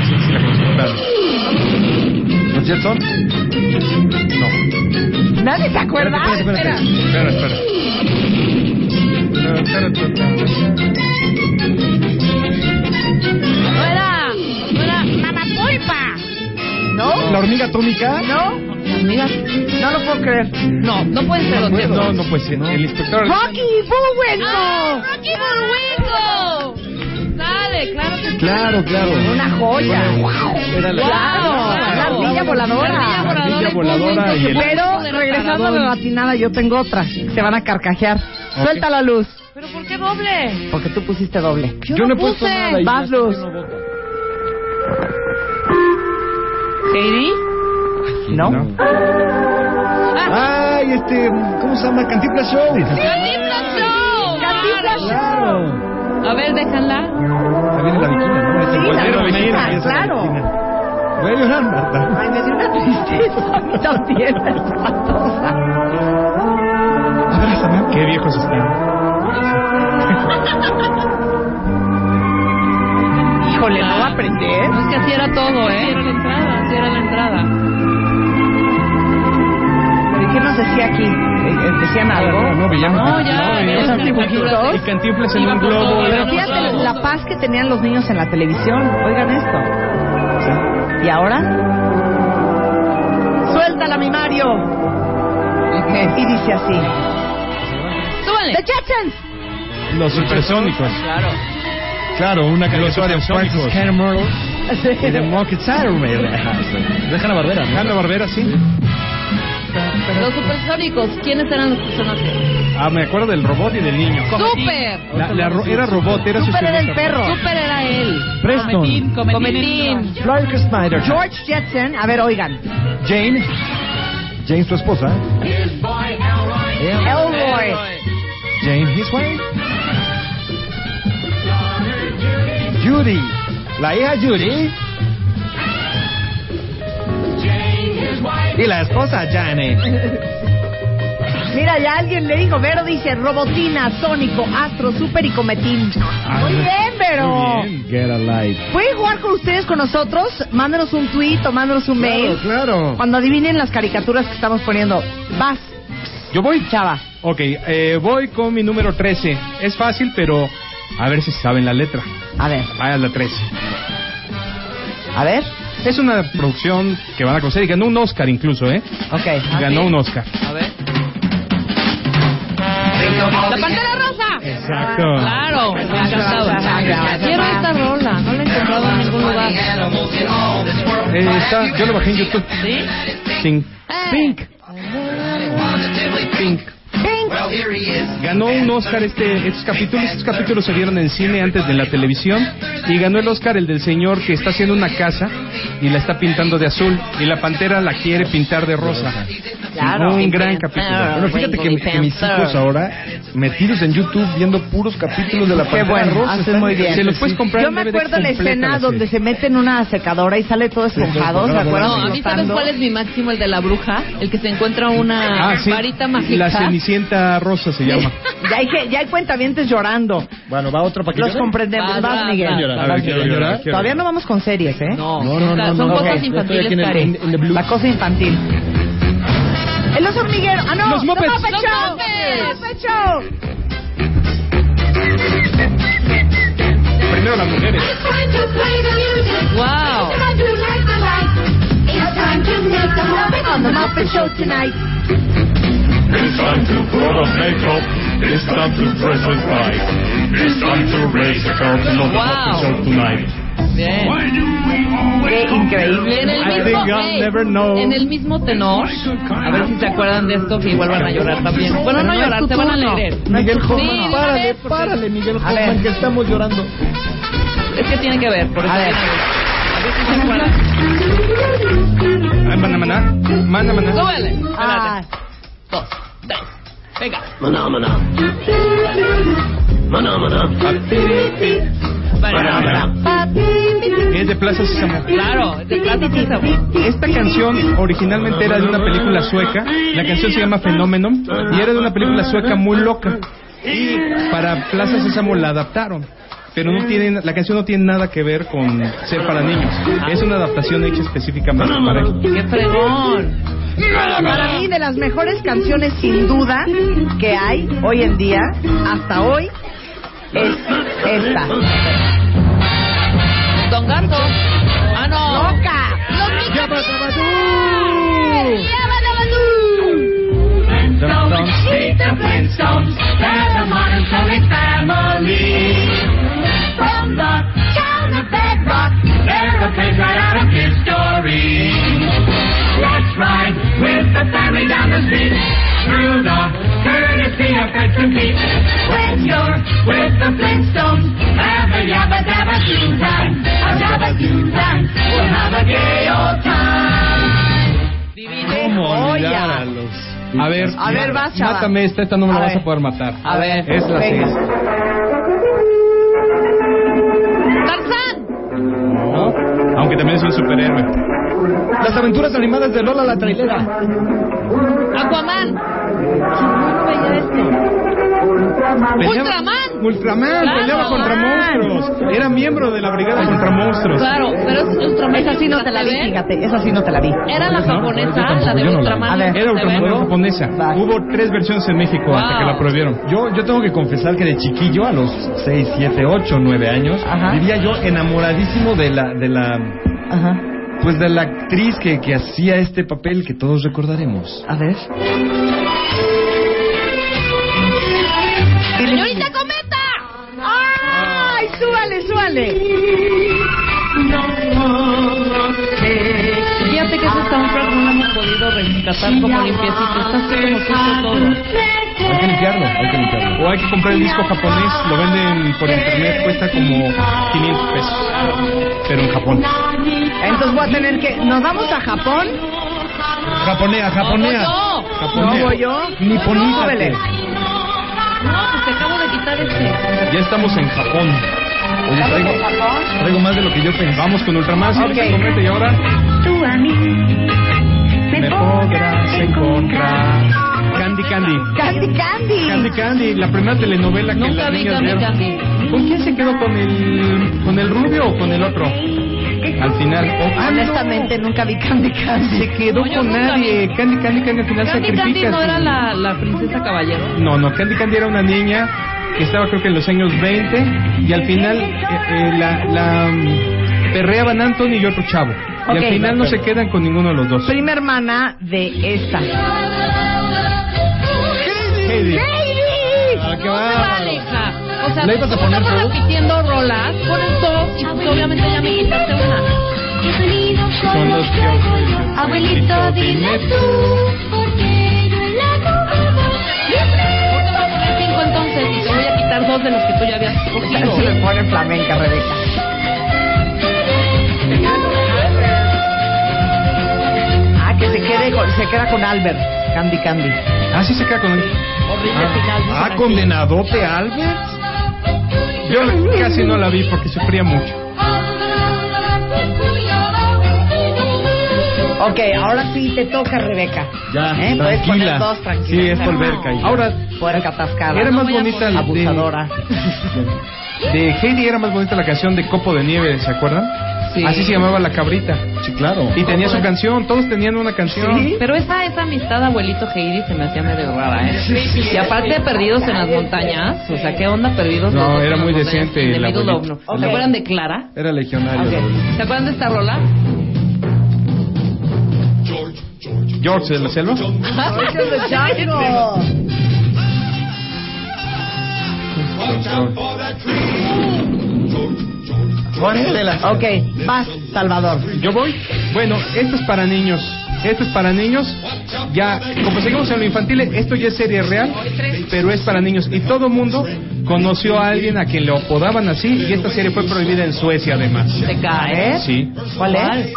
Speaker 5: sí, sí, la conozco, claro.
Speaker 6: ¿No es cierto?
Speaker 4: ¿Nadie se acuerda?
Speaker 6: Espérate, espérate,
Speaker 5: Espera,
Speaker 6: espérate.
Speaker 5: espera. Espera, espera, espera.
Speaker 7: No era. No era.
Speaker 4: ¿No?
Speaker 6: ¿La hormiga atómica?
Speaker 4: Oh. ¿No?
Speaker 7: Mira.
Speaker 4: No lo puedo creer.
Speaker 7: No, no puede ser. don Cheto.
Speaker 5: No, no, pues sí, el inspector.
Speaker 4: ¡Rocky Bullwinkle!
Speaker 7: ¡Ah, Rocky Bullwinkle! Sale, claro que sí.
Speaker 6: Claro, claro.
Speaker 4: Una joya.
Speaker 6: Era la-
Speaker 4: Claro, la ardilla voladora.
Speaker 7: La ardilla
Speaker 6: Ardilla voladora
Speaker 7: voladora.
Speaker 6: y el-
Speaker 4: Pero regresando a la latinada, yo tengo otra. Se van a carcajear. Suelta la luz.
Speaker 7: Pero ¿por qué doble?
Speaker 4: Porque tú pusiste doble.
Speaker 6: Yo, no he puesto nada. ahí.
Speaker 4: Vas, Luz.
Speaker 7: ¿Katie?
Speaker 4: ¿No?
Speaker 6: Ay, este, ¿cómo se llama? Cantinflas Show.
Speaker 7: ¡Cantinflas Show!
Speaker 4: Cantinflas
Speaker 6: Claro.
Speaker 7: A ver, déjala.
Speaker 6: También en la bikini, ¿no?
Speaker 4: Sí, la
Speaker 5: Bolero,
Speaker 4: bikini,
Speaker 5: bikini,
Speaker 4: ah,
Speaker 5: esa
Speaker 4: claro.
Speaker 6: Voy a llorar, Marta.
Speaker 4: Ay, me dio una tristeza. A mí también. espantosa.
Speaker 6: Abrázame.
Speaker 5: Qué viejos están.
Speaker 4: Híjole, ¿no va a aprender?
Speaker 7: No es que ¿Eh? así era todo, ¿eh? Era la entrada, así era la entrada.
Speaker 4: ¿Pero qué nos decía aquí? Eh, eh, ¿Decían algo?
Speaker 6: No, veíamos.
Speaker 7: No, ya.
Speaker 5: No,
Speaker 7: ya,
Speaker 5: esos
Speaker 7: ya,
Speaker 4: dibujitos.
Speaker 7: ya,
Speaker 5: Y
Speaker 7: ya.
Speaker 5: Cantinflas en
Speaker 7: Iba
Speaker 5: un
Speaker 7: por
Speaker 5: globo.
Speaker 7: todo,
Speaker 4: Pero
Speaker 7: era
Speaker 4: fíjate
Speaker 7: todo.
Speaker 4: la paz que tenían los niños en la televisión. Oigan esto. ¿Y ahora? ¡Suéltala, mi Mario! Y dice así. ¡The
Speaker 7: ¡Súbale!
Speaker 4: Jetsons!
Speaker 5: Los supersónicos.
Speaker 7: Claro.
Speaker 6: Claro, una
Speaker 5: caricatura de Francis
Speaker 6: Cameron y de
Speaker 4: Sí.
Speaker 6: Mocket Dejan a Barbera.
Speaker 5: Hanna Barbera, sí.
Speaker 7: Los supersónicos, ¿quiénes eran los personajes?
Speaker 5: Ah, me acuerdo del robot y del niño.
Speaker 7: ¡Súper!
Speaker 5: La- la ro- era robot, era su
Speaker 4: Súper era el
Speaker 5: señorita.
Speaker 4: perro.
Speaker 7: ¡Súper era él!
Speaker 6: Preston.
Speaker 7: Cometín, cometín.
Speaker 6: Clark Snyder.
Speaker 4: George Jetson, a ver, oigan.
Speaker 6: Jane. Jane, su esposa. Yeah.
Speaker 4: Elroy.
Speaker 6: Jane, his wife. Judy. La hija Judy. y la esposa Jane.
Speaker 4: Mira, ya alguien le dijo, Vero dice robotina, sónico, astro, super y cometín. Muy Ah, bien, Vero.
Speaker 6: Get a life.
Speaker 4: ¿Pueden jugar con ustedes con nosotros? Mándenos un tweet o mándenos un mail.
Speaker 6: claro.
Speaker 4: Cuando adivinen las caricaturas que estamos poniendo. Vas,
Speaker 5: Yo voy.
Speaker 4: chava.
Speaker 5: Ok, eh, voy con mi número 13. Es fácil, pero a ver si saben la letra.
Speaker 4: A ver,
Speaker 5: Vaya la 13.
Speaker 4: a ver.
Speaker 5: Es una producción que van a conocer y ganó un Oscar incluso, ¿eh?
Speaker 4: Ok.
Speaker 5: Ganó un Oscar.
Speaker 7: A ver. ¡La pantera rosa!
Speaker 6: Eh,
Speaker 5: Exacto.
Speaker 7: Claro, me encantaba. Quiero
Speaker 6: eh,
Speaker 7: esta rola, no la he encontrado en ningún lugar.
Speaker 5: Eh, está- yo lo bajé en YouTube.
Speaker 7: ¿Sí?
Speaker 5: Pink. Pink. Pink. Ganó un Oscar este, estos capítulos. Estos capítulos se vieron en cine antes de la televisión. Y ganó el Oscar el del señor que está haciendo una casa y la está pintando de azul. Y la pantera la quiere pintar de rosa.
Speaker 6: eh,
Speaker 7: Claro.
Speaker 5: Un gran capítulo.
Speaker 6: Bueno, fíjate que, que mis hijos ahora metidos en YouTube viendo puros capítulos de la
Speaker 4: Qué
Speaker 6: pantalla
Speaker 4: bueno,
Speaker 6: rosa.
Speaker 4: haces
Speaker 6: están-
Speaker 4: Ah, muy bien.
Speaker 5: Se los puedes comprar
Speaker 4: Yo
Speaker 5: en
Speaker 4: me
Speaker 5: DVD
Speaker 4: acuerdo la
Speaker 5: completa,
Speaker 4: escena
Speaker 5: sí.
Speaker 4: donde se mete en una secadora y sale todo esponjado, ¿se
Speaker 6: esponjado,
Speaker 4: acuerdan?
Speaker 7: No, a mí sabes
Speaker 4: Flotando.
Speaker 7: cuál es mi máximo, el de la bruja, el que se encuentra una
Speaker 5: Ah, sí.
Speaker 7: varita mágica.
Speaker 5: La Cenicienta Rosa se llama.
Speaker 4: Ya hay, que- ya hay cuentavientes llorando.
Speaker 6: Bueno, va otro paquete.
Speaker 4: Los comprendemos.
Speaker 7: Vas,
Speaker 4: Vas,
Speaker 7: vas,
Speaker 4: Miguel.
Speaker 7: vas.
Speaker 6: A ver, quiero llorar. quiero
Speaker 4: Todavía no vamos con series, ¿eh?
Speaker 7: No,
Speaker 6: No, no,
Speaker 7: o sea,
Speaker 6: no,
Speaker 7: son
Speaker 6: no,
Speaker 7: cosas
Speaker 6: ok. Yo estoy aquí
Speaker 7: infantiles,
Speaker 6: en el-
Speaker 7: Karen.
Speaker 6: en- en el blue.
Speaker 4: La cosa infantil. El oso hormiguero. Ah, no.
Speaker 5: Los Muppets.
Speaker 4: Los Muppet
Speaker 7: Los
Speaker 4: Show.
Speaker 7: Muppets.
Speaker 4: Muppet Show.
Speaker 5: Primero las mujeres.
Speaker 8: It's time to play the music.
Speaker 7: Wow.
Speaker 8: It's time to light the light. It's time to make the Muppet on the Muppet Show tonight.
Speaker 9: It's time to put on makeup. It's time to dress it right. It's time to raise the curtain of the
Speaker 7: Wow.
Speaker 9: Muppet Show tonight.
Speaker 7: Bien.
Speaker 4: Qué increíble.
Speaker 7: En el,
Speaker 5: I
Speaker 7: mismo,
Speaker 5: think I'll
Speaker 7: hey,
Speaker 5: never know.
Speaker 7: en el mismo tenor, a ver si se acuerdan de esto, que igual van a llorar también. Bueno, no llorar, se van a leer.
Speaker 6: Miguel Hoffman,
Speaker 7: Sí, dígame,
Speaker 6: párale,
Speaker 7: porque-
Speaker 6: párale, Miguel Hoffman,
Speaker 4: ver.
Speaker 6: que estamos llorando.
Speaker 7: Es que tiene que ver, por eso
Speaker 4: A ver.
Speaker 7: tiene que ver. A ver si se acuerdan.
Speaker 5: Ah, Maná, maná. Maná, maná.
Speaker 7: Súbele.
Speaker 4: Ah,
Speaker 7: Espérate. Dos, tres. Venga. Maná, maná.
Speaker 5: Es de Plaza Sésamo.
Speaker 7: Claro, de Plaza Sésamo.
Speaker 5: Esta canción originalmente era de una película sueca. La canción se llama Fenómeno y era de una película sueca muy loca. Y para Plaza Sésamo la adaptaron. Pero no tienen, la canción no tiene nada que ver con ser para niños. Es una adaptación hecha específicamente para ellos.
Speaker 7: Qué fregón.
Speaker 4: Para mí, de las mejores canciones, sin duda, que hay hoy en día, hasta hoy, es esta.
Speaker 7: Don Gato. Ah, no.
Speaker 4: ¡Loca!
Speaker 7: Divino.
Speaker 4: ¡Joya!
Speaker 5: A ver,
Speaker 4: A ver, vas, chava.
Speaker 5: mátame esta, esta no me la
Speaker 4: A
Speaker 5: vas
Speaker 4: ver.
Speaker 5: a poder matar.
Speaker 4: A ver,
Speaker 5: Es la
Speaker 4: venga.
Speaker 5: seis.
Speaker 7: Tarzán.
Speaker 5: ¿no? Aunque también es un superhéroe.
Speaker 6: Las aventuras animadas de Lola la trailera.
Speaker 7: Aquaman. Ultraman.
Speaker 5: Ultraman
Speaker 7: Claro.
Speaker 5: peleaba contra monstruos. Era miembro de la brigada contra monstruos.
Speaker 7: Claro, pero es Ultraman.
Speaker 4: Esa sí no te la vi, fíjate, esa sí no te la vi.
Speaker 7: Era la
Speaker 5: No, yo
Speaker 7: japonesa,
Speaker 5: tampoco,
Speaker 7: la
Speaker 5: yo
Speaker 7: de
Speaker 5: no la
Speaker 7: Ultraman.
Speaker 4: vi. A ver.
Speaker 5: Era
Speaker 7: ¿Se
Speaker 5: ultramarina
Speaker 7: ve?
Speaker 5: japonesa.
Speaker 4: Va.
Speaker 5: Hubo tres versiones en México hasta
Speaker 7: Wow.
Speaker 5: que la prohibieron.
Speaker 6: Yo, yo tengo que confesar que de chiquillo, a los 6, 7, 8, 9 años,
Speaker 4: Ajá.
Speaker 6: vivía yo enamoradísimo de la, de la,
Speaker 4: Ajá.
Speaker 6: pues de la actriz que, que hacía este papel que todos recordaremos.
Speaker 4: A ver.
Speaker 7: Señorita Cometa.
Speaker 4: ¡Ay, súbale, súbale!
Speaker 7: Fíjate que ese soundtrack no lo hemos podido rescatar como limpiecito. Está así como sucio todo.
Speaker 6: Hay que limpiarlo, hay que limpiarlo.
Speaker 5: O hay que comprar el disco japonés, lo venden por internet, cuesta como 500 pesos. Pero en Japón.
Speaker 4: Entonces voy a tener que... ¿Nos vamos a Japón?
Speaker 6: Japonea, japonea.
Speaker 7: No, no.
Speaker 6: Japonea.
Speaker 4: ¿No voy yo?
Speaker 6: Niponízate.
Speaker 4: Súbele.
Speaker 7: No, pues te acabo de quitar este.
Speaker 5: Ya estamos en Japón.
Speaker 6: Oye, traigo, traigo más de lo que yo pensaba.
Speaker 5: Vamos con Ultraman, señorita
Speaker 4: Ok.
Speaker 5: Cometa, y ahora.
Speaker 8: Tú a mí me
Speaker 5: me podrás encontrar. Candy Candy.
Speaker 4: Candy Candy.
Speaker 5: Candy Candy, la primera telenovela que
Speaker 7: Nunca
Speaker 5: las
Speaker 7: vi
Speaker 5: niñas
Speaker 7: Candy
Speaker 5: vieron.
Speaker 7: Candy.
Speaker 5: ¿Con quién se quedó? ¿Con el, con el rubio o con el otro? Al final. Oh, ah, no.
Speaker 4: Honestamente, nunca vi Candy Candy.
Speaker 5: Se quedó
Speaker 7: No, yo
Speaker 5: con
Speaker 7: nunca
Speaker 5: nadie. Candy Candy Candy al final
Speaker 7: Candy
Speaker 5: sacrifica.
Speaker 7: Candy no
Speaker 5: su-
Speaker 7: era la, la princesa caballero.
Speaker 5: No, no, Candy Candy era una niña que estaba creo que en los años 20 y al final eh, eh, la, la mm, perreaban Anthony y otro chavo. Y
Speaker 4: Ok.
Speaker 5: al final no se quedan con ninguno de los dos.
Speaker 4: Prima hermana de esta.
Speaker 5: Heidi. Ah, qué
Speaker 7: No se
Speaker 5: bárbaro.
Speaker 7: vale, hija. O sea,
Speaker 5: ¿La ibas a
Speaker 7: como
Speaker 5: poner
Speaker 7: estamos
Speaker 5: tú?
Speaker 7: repitiendo rolas, pones dos y pues, obviamente ya me quitaste una.
Speaker 8: Qué sonidos
Speaker 5: Son
Speaker 8: son los
Speaker 5: los que oigo
Speaker 8: truenos.
Speaker 5: yo.
Speaker 8: Abuelito, dime tú, ¿por qué yo en la nube
Speaker 7: ¿Por qué
Speaker 8: siempre
Speaker 7: vas a poner cinco entonces? Y te voy a quitar dos de los que tú ya habías
Speaker 4: Se
Speaker 7: escogido.
Speaker 4: me pone flamenca, Rebeca. Ah, que se, quede con- se queda con Albert. Candy Candy.
Speaker 5: Ah, sí se queda con él.
Speaker 7: Horrible final. dicen
Speaker 6: Ah,
Speaker 7: aquí.
Speaker 6: condenadote, Albert.
Speaker 5: Yo la- casi no la vi porque sufría mucho.
Speaker 4: Ok, ahora sí te toca, Rebeca.
Speaker 6: Ya,
Speaker 4: ¿Eh? Puedes poner
Speaker 6: tranquila.
Speaker 4: dos, tranquila.
Speaker 6: Sí, es volverca. hija.
Speaker 5: Ahora,
Speaker 4: Puerca atascada.
Speaker 5: era
Speaker 4: No
Speaker 5: más
Speaker 4: voy a
Speaker 5: bonita
Speaker 4: poner-
Speaker 5: la de-
Speaker 4: Abusadora.
Speaker 5: de Heidi era más bonita la canción de Copo de Nieve, ¿se acuerdan?
Speaker 7: Sí.
Speaker 5: Así se llamaba la cabrita.
Speaker 6: Sí, claro.
Speaker 5: Y tenía su canción, todos tenían una canción.
Speaker 7: Pero esa, esa amistad abuelito Heidi se me hacía medio rara, ¿eh? Y aparte perdidos en las montañas, o sea, ¿qué onda perdidos?
Speaker 5: No,
Speaker 7: los dos
Speaker 5: era
Speaker 7: en las
Speaker 5: muy
Speaker 7: montañas?
Speaker 5: decente
Speaker 7: In the
Speaker 5: el
Speaker 7: middle of
Speaker 5: abuelito.
Speaker 7: no- ¿Se acuerdan de Clara?
Speaker 6: Era legionario.
Speaker 7: ¿Se acuerdan de esta rola?
Speaker 5: George de la selva.
Speaker 4: Ok, vas, Salvador.
Speaker 5: Yo voy. Bueno, esto es para niños. Esto es para niños. Ya, como seguimos en lo infantil, esto ya es serie real, pero es para niños. Y todo mundo conoció a alguien a quien le apodaban así, y esta serie fue prohibida en Suecia además.
Speaker 7: ¿Te cae?
Speaker 4: ¿Eh?
Speaker 5: Sí.
Speaker 4: ¿Cuál es?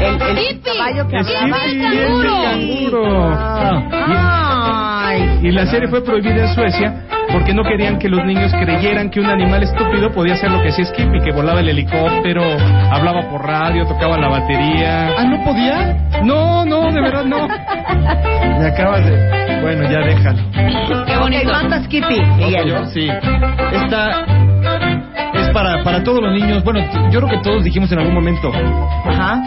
Speaker 4: El, el caballo que
Speaker 5: Es
Speaker 4: hablaba.
Speaker 5: Yipi, el canguro.
Speaker 7: Ah.
Speaker 4: Ay.
Speaker 5: Y la serie fue prohibida en Suecia porque no querían que los niños creyeran que un animal estúpido podía hacer lo que hacía Skippy, que volaba el helicóptero, hablaba por radio, tocaba la batería.
Speaker 6: Ah, ¿no podía?
Speaker 5: No, no, de verdad no.
Speaker 6: Me acabas de... Bueno, ya déjalo.
Speaker 7: Qué bonito.
Speaker 4: Canta Skippy. Miguel.
Speaker 6: Sí. Esta es para, para todos los niños. Bueno, t- yo creo que todos dijimos en algún momento,
Speaker 4: Ajá.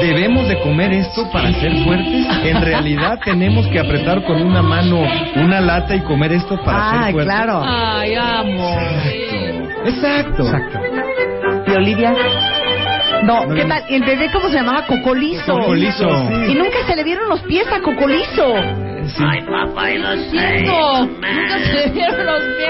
Speaker 6: debemos de comer esto para ser fuertes. En realidad tenemos que apretar con una mano una lata y comer esto para
Speaker 4: Ah,
Speaker 6: ser fuertes.
Speaker 4: claro.
Speaker 7: Ay, amo.
Speaker 6: Exacto. Exacto.
Speaker 4: ¿Y Olivia? No,
Speaker 6: No,
Speaker 4: ¿qué
Speaker 6: no.
Speaker 4: tal? ¿Y el bebé cómo se llamaba? Cocolizo.
Speaker 6: Cocolizo.
Speaker 4: Y nunca se le vieron los pies a Cocolizo.
Speaker 7: Hijo, nunca se dieron los pies.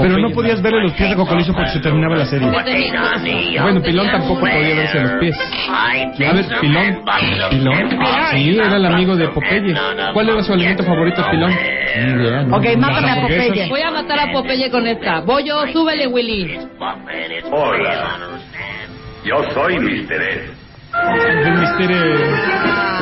Speaker 6: Pero no podías verle los pies a Cocolizo porque se terminaba la serie.
Speaker 5: Bueno, Pilón tampoco podía verse los pies. A ver, Pilón. ¿Pilón? Ah, Sí, era el amigo de Popeye. ¿Cuál era su alimento favorito, Pilón?
Speaker 4: Ok, mátame a Popeye.
Speaker 7: Voy a matar a Popeye con esta. Voy yo, súbele, Willy.
Speaker 9: Hola. Yo soy Mr. Ed.
Speaker 5: El misterio.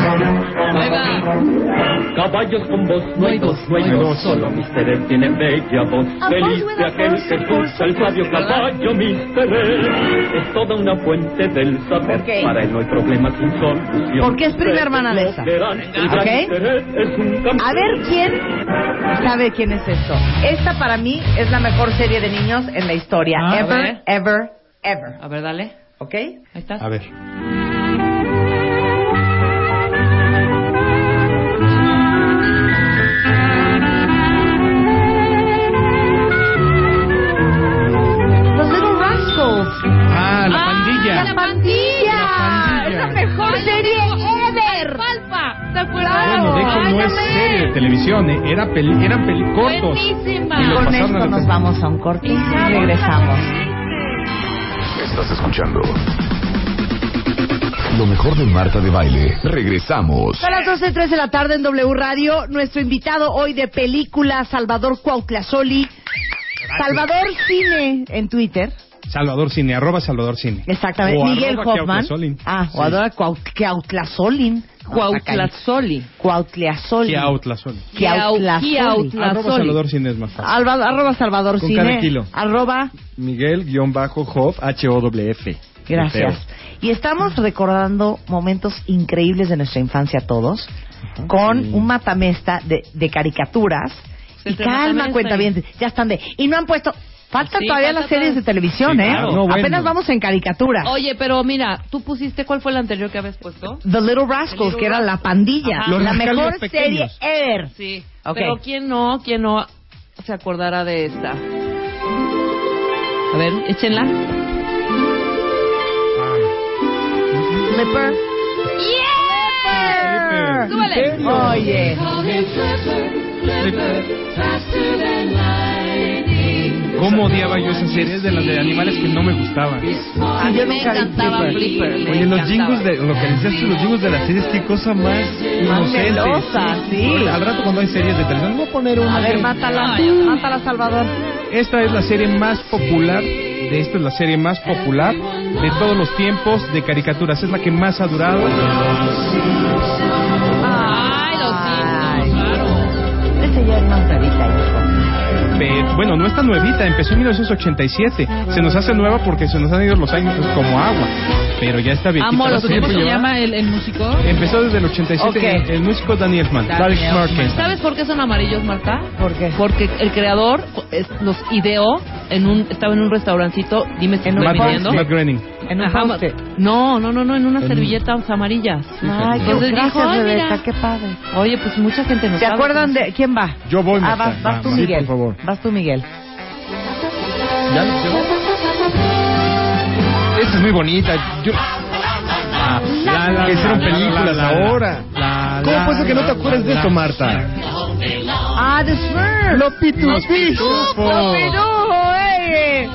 Speaker 7: Ahí va.
Speaker 10: Caballos con voz, no hay dos, no hay dos, solo Mister Ed tiene bella voz. Feliz de aquel que escucha el sabio caballo, Mister Ed. Es toda una fuente del saber,
Speaker 4: Ok.
Speaker 10: para él no hay problema sin solución.
Speaker 4: ¿Por qué es prima hermana de esa?
Speaker 10: Verán, el gran
Speaker 4: Ok.
Speaker 10: Mister Ed es un campeón.
Speaker 4: A ver quién sabe quién es esto. Esta para mí es la mejor serie de niños en la historia.
Speaker 7: Ah, a
Speaker 4: ever,
Speaker 7: ver.
Speaker 4: ever, ever.
Speaker 7: A ver, dale.
Speaker 4: ¿Ok?
Speaker 7: Ahí está.
Speaker 5: A ver.
Speaker 4: Los Little Rascals.
Speaker 5: Ah, la
Speaker 7: ¡Ah,
Speaker 5: pandilla.
Speaker 7: la pandilla!
Speaker 4: Es la mejor serie ever.
Speaker 7: ¡Palpa! ¿Te
Speaker 5: Bueno, de hecho no es serie de televisión, ¿eh? Era peli- eran peli cortos.
Speaker 7: Buenísima.
Speaker 5: Y lo
Speaker 4: Con
Speaker 5: pasaron
Speaker 4: esto
Speaker 5: a la
Speaker 4: nos
Speaker 5: tele-
Speaker 4: vamos a un corte y regresamos.
Speaker 1: Estás escuchando. Lo mejor de Marta de Baile. Regresamos.
Speaker 4: Son las 12, tres de la tarde en W Radio. Nuestro invitado hoy de película, Salvador Cuauhtlazoli. Salvador Cine en Twitter.
Speaker 5: Salvador Cine, arroba Salvador Cine.
Speaker 4: Exactamente.
Speaker 5: O
Speaker 4: Miguel
Speaker 5: arroba
Speaker 4: Hoffman.
Speaker 5: Cuauhtlasolin.
Speaker 4: Ah,
Speaker 5: Sí.
Speaker 4: jugadora Cuauhtlasolin.
Speaker 7: Cuauhtlazoli.
Speaker 4: Cuauhtlasolin.
Speaker 5: Cuauhtlasolin.
Speaker 4: Cuauhtlasolin.
Speaker 7: Cuauhtlasolin.
Speaker 5: Arroba Salvador Cine es más fácil.
Speaker 4: Alba- Arroba Salvador
Speaker 6: Con
Speaker 4: Cine.
Speaker 6: cada kilo.
Speaker 4: Arroba
Speaker 6: Miguel-Hoff, H-O-F.
Speaker 4: Gracias. Y estamos recordando momentos increíbles de nuestra infancia todos con un matamesta de, de caricaturas.
Speaker 7: Se
Speaker 4: y
Speaker 7: te
Speaker 4: calma,
Speaker 7: matamesta
Speaker 4: cuenta bien, ya están de... Y no han puesto... Faltan
Speaker 7: Sí,
Speaker 4: todavía
Speaker 7: falta
Speaker 4: las series de
Speaker 7: todo.
Speaker 4: televisión,
Speaker 6: Sí,
Speaker 4: ¿eh?
Speaker 6: claro. No, bueno.
Speaker 4: Apenas vamos en caricaturas.
Speaker 7: Oye, pero mira, tú pusiste, ¿cuál fue el anterior que habías puesto?
Speaker 4: The Little Rascals,
Speaker 7: The Little
Speaker 4: que era la
Speaker 7: Rascals.
Speaker 4: pandilla.
Speaker 7: Ajá. Los
Speaker 4: La
Speaker 5: rascalios
Speaker 4: mejor serie
Speaker 5: pequeños.
Speaker 4: ever.
Speaker 7: Sí.
Speaker 4: Ok.
Speaker 7: Pero ¿quién no, quién no se acordará de esta? A ver, échenla.
Speaker 4: Flipper. ¡Yeah!
Speaker 7: Súbele.
Speaker 4: Oye.
Speaker 5: ¿Cómo odiaba yo esas series de las de animales que no me gustaban?
Speaker 7: A mí me encantaba Flipper. me
Speaker 6: Oye, los
Speaker 7: encantaba.
Speaker 6: jingles de lo que decías tú, los jingles de las series, qué cosa más inocente.
Speaker 4: melosa, sí.
Speaker 6: Al rato cuando hay series de televisión, voy a poner una.
Speaker 4: A ver,
Speaker 6: de-
Speaker 4: mátala. Mátala, Salvador.
Speaker 5: Esta es la serie más popular, de esta es la serie más popular de todos los tiempos de caricaturas. Es la que más ha durado.
Speaker 7: Ay, los
Speaker 4: Ay.
Speaker 7: Simpsons, claro.
Speaker 4: Ese ya es más nuevita, hijo.
Speaker 5: Pe- bueno, no está nuevita, empezó en 1987. Se nos hace nueva porque se nos han ido los años pues, como agua. Pero ya está bien.
Speaker 11: Amo los ¿Cómo se llama el, el músico?
Speaker 5: Empezó desde el 87
Speaker 4: Ok.
Speaker 5: el músico Danny Elfman,
Speaker 11: Danny
Speaker 5: Alex
Speaker 11: Elfman.
Speaker 5: Martin.
Speaker 7: Eh, ¿Sabes por qué son amarillos, Marta?
Speaker 4: ¿Por qué?
Speaker 7: Porque el creador es- los ideó en un estaba en un restaurancito, dime
Speaker 4: En
Speaker 7: si estoy
Speaker 4: un
Speaker 5: Matt,
Speaker 7: mintiendo.
Speaker 4: post-it.
Speaker 5: Matt Groening.
Speaker 4: En un
Speaker 7: Ajá, ma-
Speaker 4: poste.
Speaker 7: no, no, no, no, en unas servilletas amarillas.
Speaker 4: Ay, qué
Speaker 7: Entonces
Speaker 4: gracias,
Speaker 7: dijo, "Ay, mira".
Speaker 4: Rebeca, qué padre.
Speaker 7: Oye, pues mucha gente no
Speaker 4: ¿Se
Speaker 7: sabe
Speaker 4: acuerdan
Speaker 7: cómo
Speaker 4: de quién va?
Speaker 6: Yo voy,
Speaker 4: Ah,
Speaker 6: Marta.
Speaker 4: vas, vas tú,
Speaker 6: Sí,
Speaker 4: Miguel.
Speaker 6: por favor.
Speaker 4: Vas tú, Miguel.
Speaker 6: Esta es muy bonita. Yo- que hicieron películas ahora. ¿Cómo puede ser que no te acuerdes de esto, Marta?
Speaker 4: Ah, The Smurf.
Speaker 6: Los pitufos.
Speaker 4: eh.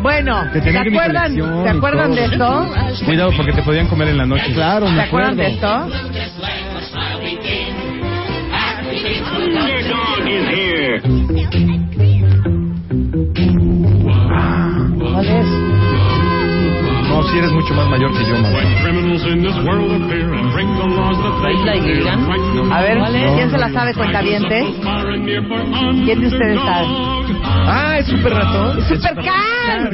Speaker 4: Bueno,
Speaker 6: Que
Speaker 4: ¿se
Speaker 6: tenía que mi
Speaker 4: acuerdan,
Speaker 6: colección
Speaker 4: ¿se
Speaker 6: y
Speaker 4: acuerdan
Speaker 6: todo.
Speaker 4: de esto?
Speaker 5: Cuidado porque te podían comer en la noche.
Speaker 6: Claro,
Speaker 4: ¿Se
Speaker 6: me
Speaker 4: acuerdan
Speaker 6: acuerdo.
Speaker 4: de esto? ¿Cuál es?
Speaker 6: No, si eres mucho más mayor que yo, Marta.
Speaker 9: When criminals in this world appear and bring the laws that they
Speaker 7: Isla y
Speaker 9: fear,
Speaker 7: Gilligan.
Speaker 9: frighten them
Speaker 4: A ver,
Speaker 7: ¿Cuál es?
Speaker 4: ¿quién se la sabe, cuentavientes? ¿Quién de ustedes
Speaker 6: Ah, es super ratón.
Speaker 4: ¡Supercan!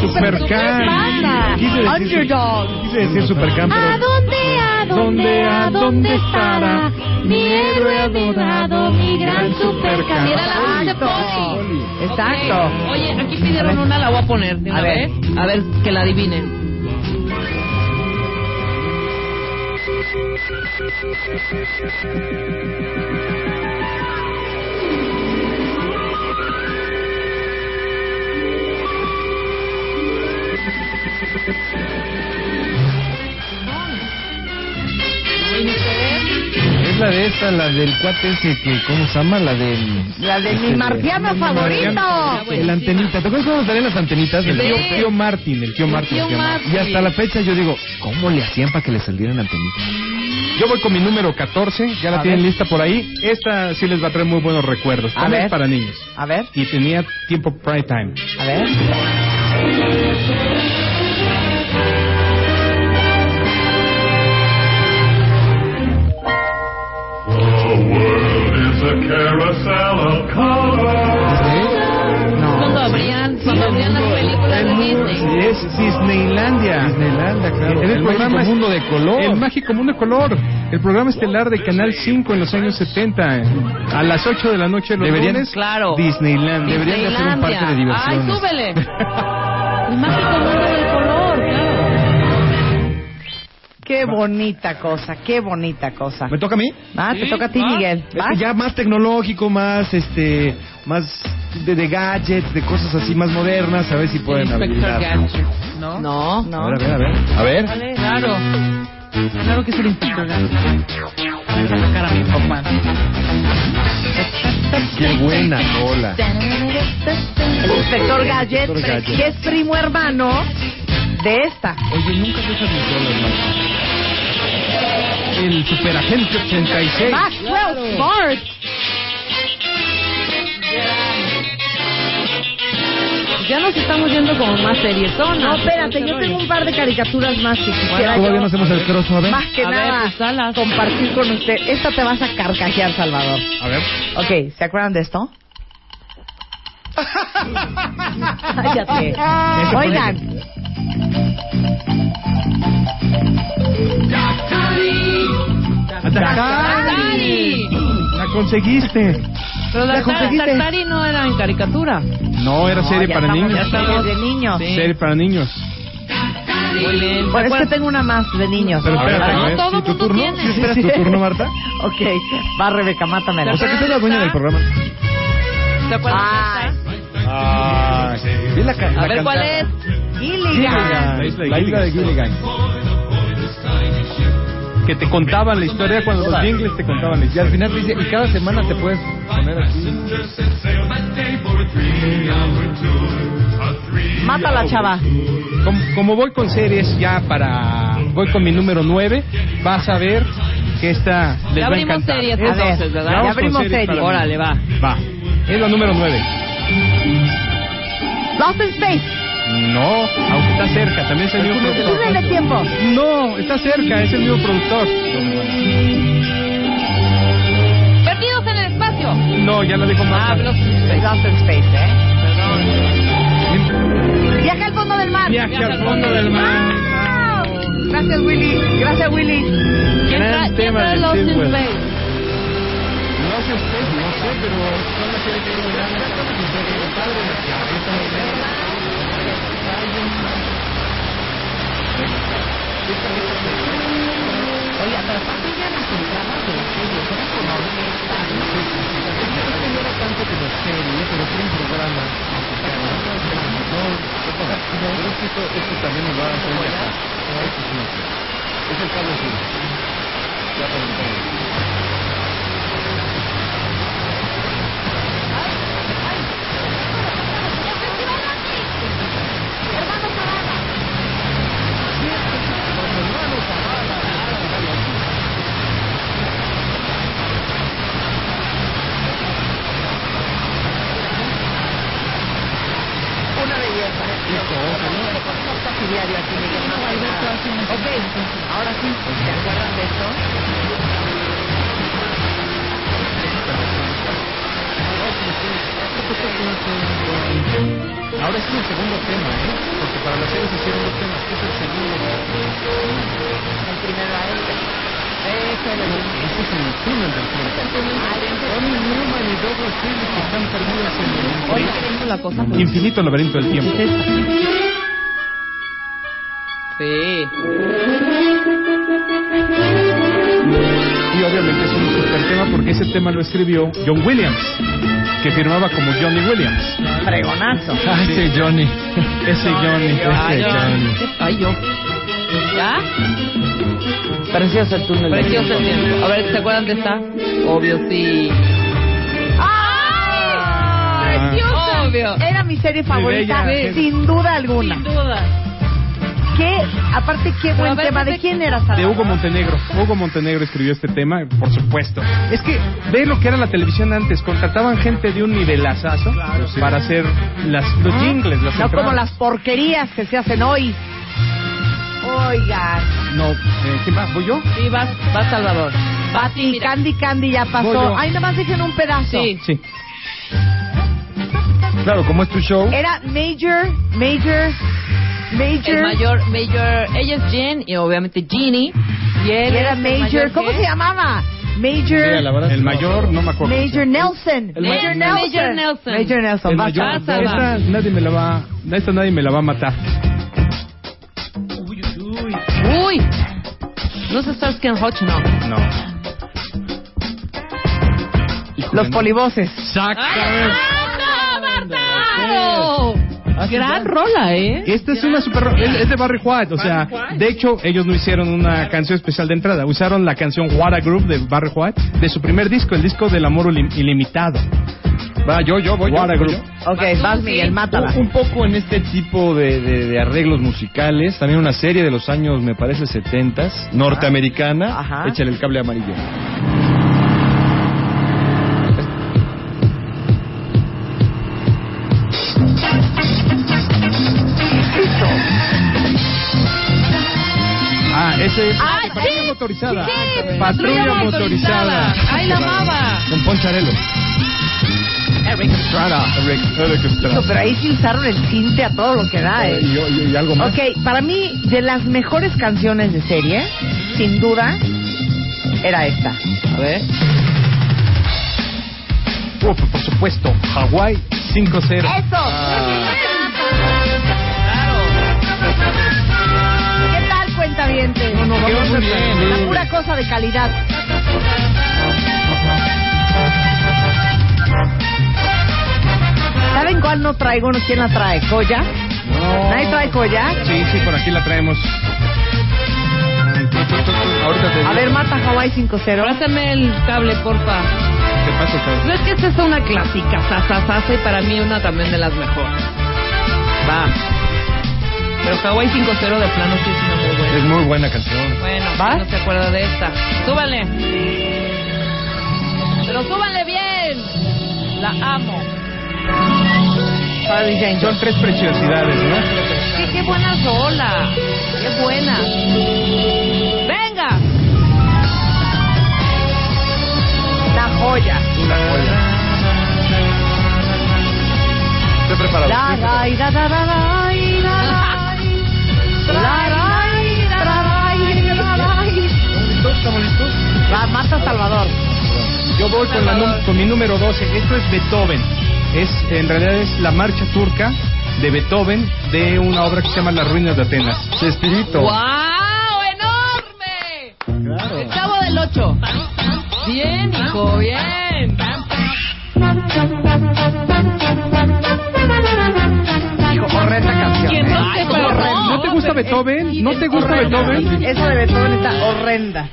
Speaker 6: Supercan.
Speaker 4: pasa?
Speaker 6: Quise decir-
Speaker 4: Underdog.
Speaker 6: Quise decir Supercan,
Speaker 8: ¿A
Speaker 6: pero
Speaker 8: dónde, a dónde, a dónde estará mi héroe adorado, mi gran supercampeón?
Speaker 7: Mira la voz de
Speaker 4: Exacto.
Speaker 7: Poli.
Speaker 4: Exacto.
Speaker 7: Ok. Oye, aquí pidieron una, la voy a poner de
Speaker 4: A
Speaker 7: una
Speaker 4: ver.
Speaker 7: vez. A ver, que la adivinen.
Speaker 6: es la de esta, la del cuate ese que, ¿cómo se llama? La del...
Speaker 4: La de
Speaker 6: este,
Speaker 4: mi marciano
Speaker 7: Ah,
Speaker 4: favorito.
Speaker 6: El antenita. ¿Te acuerdas cómo salían las antenitas?
Speaker 5: El
Speaker 6: del
Speaker 5: tío,
Speaker 6: tío?
Speaker 5: tío Martin, el tío Martin. se llama.
Speaker 6: Y hasta la fecha yo digo, ¿cómo le hacían para que le salieran antenitas?
Speaker 5: Yo voy con mi número 14, ya la
Speaker 4: A
Speaker 5: tienen
Speaker 4: ver.
Speaker 5: lista por ahí. Esta sí les va a traer muy buenos recuerdos.
Speaker 4: A
Speaker 5: También
Speaker 4: ver.
Speaker 5: es para niños.
Speaker 4: A ver,
Speaker 5: Y tenía tiempo prime time.
Speaker 4: a ver.
Speaker 9: The world is a carousel of color.
Speaker 7: Cuando abrían, cuando abrían las películas de Disney.
Speaker 5: es Disneylandia.
Speaker 6: Disneylanda, claro.
Speaker 5: El
Speaker 6: El,
Speaker 5: programa
Speaker 6: mágico
Speaker 5: es-
Speaker 6: mundo de color.
Speaker 5: El mágico mundo de color. El programa estelar de Canal 5 en los años 70. A las 8 de la noche los
Speaker 6: Deberían-
Speaker 5: lunes.
Speaker 7: claro.
Speaker 5: Disneyland.
Speaker 6: Deberían de hacer un
Speaker 7: Disneylandia.
Speaker 6: parque de diversiones.
Speaker 7: Ay, súbele. El mágico mundo del color, claro.
Speaker 4: Qué bonita cosa, qué bonita cosa.
Speaker 6: ¿Me toca a mí?
Speaker 4: Ah, te
Speaker 7: Sí,
Speaker 4: toca a ti,
Speaker 7: vas.
Speaker 4: Miguel.
Speaker 6: Es
Speaker 4: ¿Vas?
Speaker 6: que ya más tecnológico, más este, más de, de gadgets, de cosas así más modernas, a ver si pueden
Speaker 11: Inspector
Speaker 6: habilitar.
Speaker 11: Gadget. ¿No?
Speaker 7: No,
Speaker 6: A
Speaker 7: no.
Speaker 6: ver, a ver, a ver. A ver.
Speaker 11: Claro. Claro que es el Inspector Gadget. Voy a sacar a mi papá.
Speaker 6: Qué buena rola.
Speaker 4: El inspector Gadget,
Speaker 6: Inspector Gadget.
Speaker 4: que es primo hermano de esta.
Speaker 6: Oye, nunca se esas mis rolas, Marta.
Speaker 5: El superagente 86.
Speaker 4: Maxwell Smart.
Speaker 7: Ya nos estamos yendo como más seriozonas.
Speaker 4: No, espérate, yo tengo un par de caricaturas más que quisiera
Speaker 6: Todavía
Speaker 4: yo,
Speaker 6: no hacemos el crossover.
Speaker 4: más que
Speaker 7: A ver,
Speaker 4: nada,
Speaker 7: pues, alas.
Speaker 4: compartir con usted. Esta te vas a carcajear, Salvador.
Speaker 5: A ver.
Speaker 4: Ok, ¿se acuerdan de esto? Cállate. Oigan,
Speaker 7: Tari.
Speaker 5: La conseguiste.
Speaker 7: Pero la,
Speaker 5: La conseguiste.
Speaker 7: la Tari no era en caricatura.
Speaker 5: No, era serie
Speaker 4: ya
Speaker 5: para
Speaker 4: estamos
Speaker 5: niños.
Speaker 4: en series de niños.
Speaker 5: Serie para niños.
Speaker 7: Muy bien.
Speaker 4: Bueno, es que tengo una más de niños.
Speaker 5: Pero
Speaker 4: A ver,
Speaker 5: espérate,
Speaker 7: no,
Speaker 5: ¿eh?
Speaker 7: todo
Speaker 5: ¿Sí, tu
Speaker 7: mundo
Speaker 5: turno?
Speaker 7: tiene.
Speaker 5: ¿Sí esperas tu turno, Marta?
Speaker 4: Ok, va Rebeca, mátamela.
Speaker 7: O sea, que tú eres la dueña del
Speaker 5: programa.
Speaker 7: ¿Te acuerdas
Speaker 4: Ah.
Speaker 7: de esa?
Speaker 5: Ah, sí.
Speaker 7: A ver, ¿cuál es?
Speaker 4: Gilligan.
Speaker 5: La isla de Gilligan. Que te contaban la historia cuando los ingleses te contaban la
Speaker 6: Y al
Speaker 5: historia.
Speaker 6: final dice, y cada semana te puedes poner aquí.
Speaker 4: Mátala, chava.
Speaker 5: Como, como voy con series ya para... Voy con mi número 9, vas a ver que esta les
Speaker 7: Ya
Speaker 5: va a
Speaker 7: abrimos
Speaker 5: encantar.
Speaker 7: series
Speaker 4: A ver,
Speaker 7: entonces, ¿verdad?
Speaker 5: Ya
Speaker 4: Ya
Speaker 5: vamos
Speaker 4: abrimos
Speaker 5: con series
Speaker 4: serie.
Speaker 5: para
Speaker 7: Órale, va.
Speaker 5: Va. Es la número 9.
Speaker 4: Lost in Space.
Speaker 5: No, aunque está cerca, también es el mismo
Speaker 4: Túnel de
Speaker 5: productor.
Speaker 4: tiempo.
Speaker 5: No, está cerca, es el mismo productor.
Speaker 7: Perdidos en el espacio.
Speaker 5: No, ya lo dijo
Speaker 7: Ah,
Speaker 5: Marta.
Speaker 7: Lost in Space.
Speaker 4: Lost in Space, ¿eh? Viaje al fondo del mar.
Speaker 5: Viaje al fondo del mar.
Speaker 4: Wow. Gracias, Willy. Gracias, Willy.
Speaker 7: ¿Quién
Speaker 5: Gran
Speaker 7: tra- ¿Quién
Speaker 5: tema
Speaker 7: trae
Speaker 5: de
Speaker 7: Lost in
Speaker 5: Stilwell.
Speaker 7: Space?
Speaker 6: No sé usted, no sé, pero son las series que yo veía.
Speaker 4: Una belleza. Ok, ahora sí, ¿se acuerdan de esto?
Speaker 6: Ahora es el segundo tema, ¿eh? Porque para las series hicieron dos temas. ¿Qué es el segundo?
Speaker 4: El primero a este. Este es el
Speaker 6: Ese es en el túnel del tiempo. Tony Newman y Douglas Phillips que están perdidos en el
Speaker 7: Oye, ¿tenemos la cosa?
Speaker 5: Infinito laberinto del tiempo.
Speaker 7: Sí.
Speaker 5: Y obviamente es un super tema porque ese tema lo escribió John Williams, que firmaba como Johnny Williams.
Speaker 4: Fregonazo.
Speaker 5: Ah, ese Johnny. Ese Johnny.
Speaker 7: Ay,
Speaker 5: Ese
Speaker 7: yo.
Speaker 5: Johnny.
Speaker 7: Ay, yo. ¿Ya?
Speaker 4: Precioso el túnel.
Speaker 7: Precioso el tiempo. A ver, ¿se acuerdan de esta? Obvio, sí.
Speaker 4: ¡Ay! ¡Preciosa!
Speaker 7: Obvio.
Speaker 4: Era mi serie favorita,
Speaker 5: bella, sí.
Speaker 4: sin duda alguna.
Speaker 7: Sin duda.
Speaker 4: ¿Qué? Aparte, qué
Speaker 7: Pero a
Speaker 4: buen
Speaker 7: ver,
Speaker 4: tema. ¿De
Speaker 7: ¿de
Speaker 4: quién era
Speaker 5: De
Speaker 4: Salvador?
Speaker 5: Hugo Montenegro. Hugo Montenegro escribió este tema, por supuesto. Es que ve lo que era la televisión antes. Contrataban gente de un nivelazazo para hacer las, los
Speaker 4: ¿Ah?
Speaker 5: jingles, las
Speaker 4: No como
Speaker 5: entradas.
Speaker 4: las porquerías que se hacen hoy. Oigan.
Speaker 5: No, eh, ¿quién va? ¿Voy yo?
Speaker 7: Sí, vas, vas Salvador. Vas, sí,
Speaker 4: Y
Speaker 7: mira.
Speaker 4: Candy Candy ya
Speaker 5: Voy
Speaker 4: pasó.
Speaker 5: yo.
Speaker 4: Ay, nada más dejen un pedazo.
Speaker 7: Sí.
Speaker 5: Sí.
Speaker 6: Claro, como es tu show.
Speaker 4: Era Major, Major, Major.
Speaker 7: El mayor, mayor, ella es Jen y obviamente Ginny. Y
Speaker 4: Y
Speaker 7: él
Speaker 4: Era
Speaker 7: es el
Speaker 4: Major. ¿Cómo
Speaker 7: ¿qué?
Speaker 4: se llamaba? Major.
Speaker 6: Mira, la verdad,
Speaker 5: El
Speaker 6: no.
Speaker 5: mayor, no me acuerdo.
Speaker 4: Major Nelson.
Speaker 7: El
Speaker 4: Major
Speaker 7: ma-
Speaker 4: Nelson.
Speaker 7: Major Nelson.
Speaker 4: Major Nelson.
Speaker 5: El
Speaker 4: va,
Speaker 5: mayor.
Speaker 4: chava.
Speaker 7: Pasa, va.
Speaker 5: Esta nadie me la va, esta nadie me la va a matar.
Speaker 7: Uy. No sé Starsky and Hutch, no.
Speaker 5: No.
Speaker 4: Los polivoces.
Speaker 5: Exactamente. Ah,
Speaker 7: ¡Claro! Gran rola, ¿eh?
Speaker 5: Esta es una super es, es de Barry White, o sea, de hecho ellos no hicieron una canción especial de entrada, usaron la canción What a Group de Barry White de su primer disco, el disco del amor Ilim- ilimitado.
Speaker 6: Va, yo, yo, voy. yo,
Speaker 5: What a
Speaker 6: voy
Speaker 5: Group.
Speaker 6: yo.
Speaker 4: Ok, vas Miguel, mátala.
Speaker 5: Oh,
Speaker 6: Un, un poco en este tipo de, de- de arreglos musicales, también una serie de los años, me parece, 70 norteamericana.
Speaker 4: Ajá.
Speaker 6: Échale el cable amarillo.
Speaker 5: entonces.
Speaker 7: Ah,
Speaker 5: patrulla
Speaker 7: sí,
Speaker 5: motorizada.
Speaker 7: sí,
Speaker 5: patrulla,
Speaker 7: patrulla
Speaker 5: motorizada.
Speaker 7: motorizada. Ay, la amaba.
Speaker 5: Con Poncharelo.
Speaker 4: Eric
Speaker 5: Estrada. Eric, Eric Estrada.
Speaker 4: No, pero ahí sí usaron el cinte a todo lo que da, ¿eh?
Speaker 5: Y, y- y algo más.
Speaker 4: Ok, para mí, de las mejores canciones de serie, sin duda, era esta.
Speaker 7: A ver.
Speaker 5: Uf, Oh, por supuesto, Hawái Ah, 5-0.
Speaker 3: ¡Eso!
Speaker 4: ¿Qué tal, cuenta No, no,
Speaker 5: vamos muy bien,
Speaker 4: La
Speaker 5: eh.
Speaker 4: pura cosa de calidad. ¿Saben cuál no traigo? No, ¿Quién la trae? ¿Coya?
Speaker 5: No.
Speaker 4: ¿Nadie trae Coya?
Speaker 5: Sí, sí, por aquí la traemos. Ahorita te digo.
Speaker 4: A ver, mata Hawaii 5-0.
Speaker 7: Pásame el cable, porfa.
Speaker 5: ¿Qué pasa, Carlos?
Speaker 7: No es que esta es una clásica, sasasasa, y para mí una también de las mejores. Va. Pero Hawaii 5-0 de plano sí es una muy buena.
Speaker 6: Es muy buena canción.
Speaker 7: Bueno,
Speaker 4: ¿Vas?
Speaker 7: no se acuerda de esta. Súbale. Pero súbale bien. La amo.
Speaker 4: Para Jane
Speaker 5: Son tres preciosidades, ¿no?
Speaker 7: Qué, qué buena sola. Qué buena. Venga.
Speaker 4: La joya.
Speaker 5: Una joya. Estoy preparado.
Speaker 4: La, la, y da, da, da, da, y da, da, y da, da, y da, da, y da, da, y-
Speaker 5: ¿Listos? ¿Estamos listos?
Speaker 4: Va, mata Salvador.
Speaker 5: Yo voy con, la num- con mi número 12. Esto es Beethoven. Es, en realidad es la marcha turca de Beethoven de una obra que se llama Las ruinas de Atenas. Chespirito.
Speaker 7: ¡Wow! ¡Enorme! El Chavo del 8. Bien, hijo, bien.
Speaker 4: Digo, horrenda canción.
Speaker 7: Y
Speaker 4: ¿eh?
Speaker 7: entonces,
Speaker 4: Ay,
Speaker 7: pero
Speaker 4: horrenda.
Speaker 5: ¿No te gusta Beethoven? ¿No te gusta
Speaker 4: Horrenda.
Speaker 5: Beethoven?
Speaker 4: Eso de Beethoven está horrenda.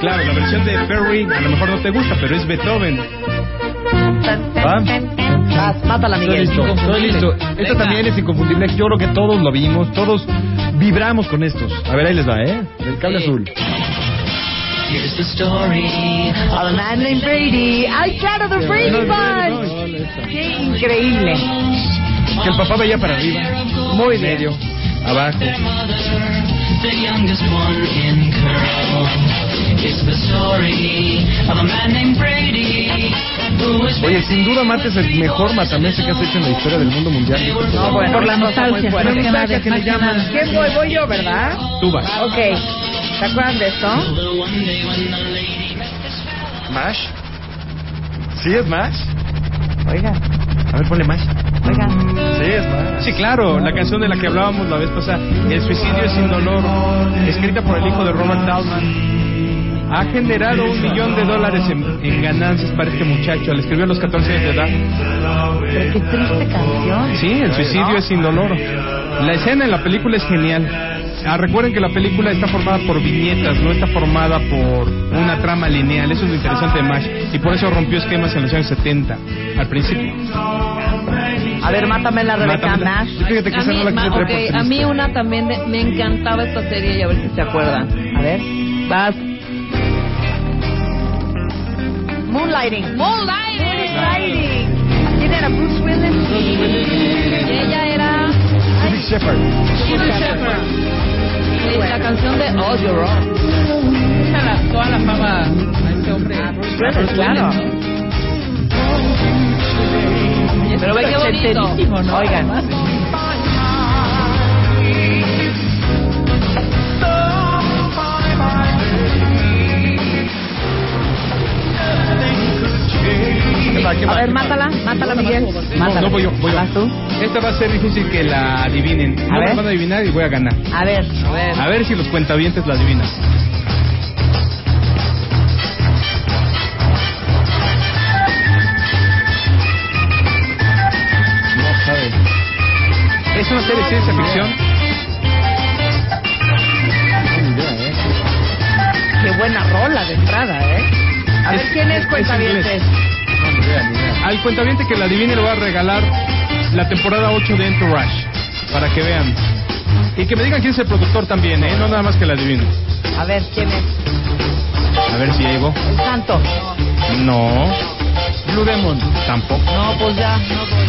Speaker 5: Claro, la versión de Perry a lo mejor no te gusta, pero es Beethoven.
Speaker 6: ¿Va?
Speaker 4: Vas, mátala,
Speaker 6: Estoy
Speaker 4: Miguel.
Speaker 6: listo, estoy listo. Esto
Speaker 7: Venga.
Speaker 6: también es inconfundible. Yo creo que todos lo vimos, todos vibramos con estos. A ver, ahí les va, ¿eh? El cable
Speaker 7: Sí.
Speaker 6: azul.
Speaker 4: Of a man named Brady. ¡Ay, claro, The Brady Bunch! ¡Qué increíble!
Speaker 6: Que el papá veía para arriba. Muy medio. Abajo. Oye, sin duda Mate es el mejor matamese que has hecho en la historia del mundo mundial.
Speaker 4: No, bueno,
Speaker 11: Por la
Speaker 4: no está muy
Speaker 11: nostalgia,
Speaker 4: fuerte.
Speaker 11: creo que va de-
Speaker 4: Que
Speaker 11: más
Speaker 4: le
Speaker 11: que
Speaker 4: llaman.
Speaker 11: nada.
Speaker 4: ¿Quién voy? Voy yo, ¿verdad?
Speaker 5: Tú vas.
Speaker 4: Ok. ¿Te acuerdas de esto?
Speaker 6: ¿Mash? ¿Sí es Mash?
Speaker 4: Oiga,
Speaker 6: A ver, ponle Mash.
Speaker 4: oiga.
Speaker 6: Sí es Mash.
Speaker 5: Sí, claro, la canción de la que hablábamos la vez pasada, El suicidio sin dolor, escrita por el hijo de Robert Altman, ha generado un millón de dólares en, en ganancias para este muchacho. Le escribió a los 14 años de edad.
Speaker 4: Pero qué triste canción.
Speaker 5: Sí, el suicidio es sin dolor. La escena en la película es genial. Ah, recuerden que la película está formada por viñetas, no está formada por una trama lineal. Eso es lo interesante de Mash. Y por eso rompió esquemas en los años 70, al principio.
Speaker 4: A ver, mátame la Rebeca
Speaker 5: Mátamela.
Speaker 4: Nash.
Speaker 6: Fíjate que
Speaker 7: A
Speaker 6: esa
Speaker 7: mí,
Speaker 6: no la quise
Speaker 7: ma-
Speaker 6: traer
Speaker 7: ok,
Speaker 6: por
Speaker 7: a mí
Speaker 6: triste.
Speaker 7: una también de- me encantaba esta serie y a ver si se acuerdan.
Speaker 4: A ver.
Speaker 7: Vas.
Speaker 4: Moonlighting.
Speaker 7: Moonlighting.
Speaker 4: ¿Quién era Bruce Willis?
Speaker 7: Y ella era
Speaker 6: Philip Shepard.
Speaker 7: Shirley Shepard. Y La canción de Oh You're Wrong. Échala toda la fama a este hombre.
Speaker 4: Willis, Ah, pues, claro.
Speaker 7: Pero ve qué bonito.
Speaker 4: Oigan.
Speaker 5: ¿Qué va, qué
Speaker 4: A
Speaker 5: va,
Speaker 4: ver,
Speaker 5: qué va?
Speaker 4: mátala, mátala, Miguel.
Speaker 5: No,
Speaker 4: Mátala.
Speaker 5: no voy yo, voy yo.
Speaker 4: ¿Vas tú?
Speaker 5: Esta va a ser difícil que la adivinen.
Speaker 4: A
Speaker 5: No
Speaker 4: ver.
Speaker 5: la van a adivinar y voy a ganar.
Speaker 4: A ver.
Speaker 7: A ver.
Speaker 5: A ver si los cuentavientes la adivinan.
Speaker 6: No sabe.
Speaker 5: Es una serie de ciencia ficción.
Speaker 6: Ni idea, ¿eh?
Speaker 4: Qué buena rola de entrada, ¿eh? A ver, ¿quién es cuentavientes?
Speaker 5: inglés.
Speaker 6: Ni idea, ni idea.
Speaker 5: Al cuentaviente que la adivine le voy a regalar la temporada 8 de Entourage. Para que vean. Y que me digan quién es el productor también, ¿eh? No nada más que la adivinen.
Speaker 4: A ver, ¿quién es?
Speaker 5: A ver si llego.
Speaker 4: El santo.
Speaker 5: No. Blue Demon. Tampoco.
Speaker 7: No, pues ya. no voy.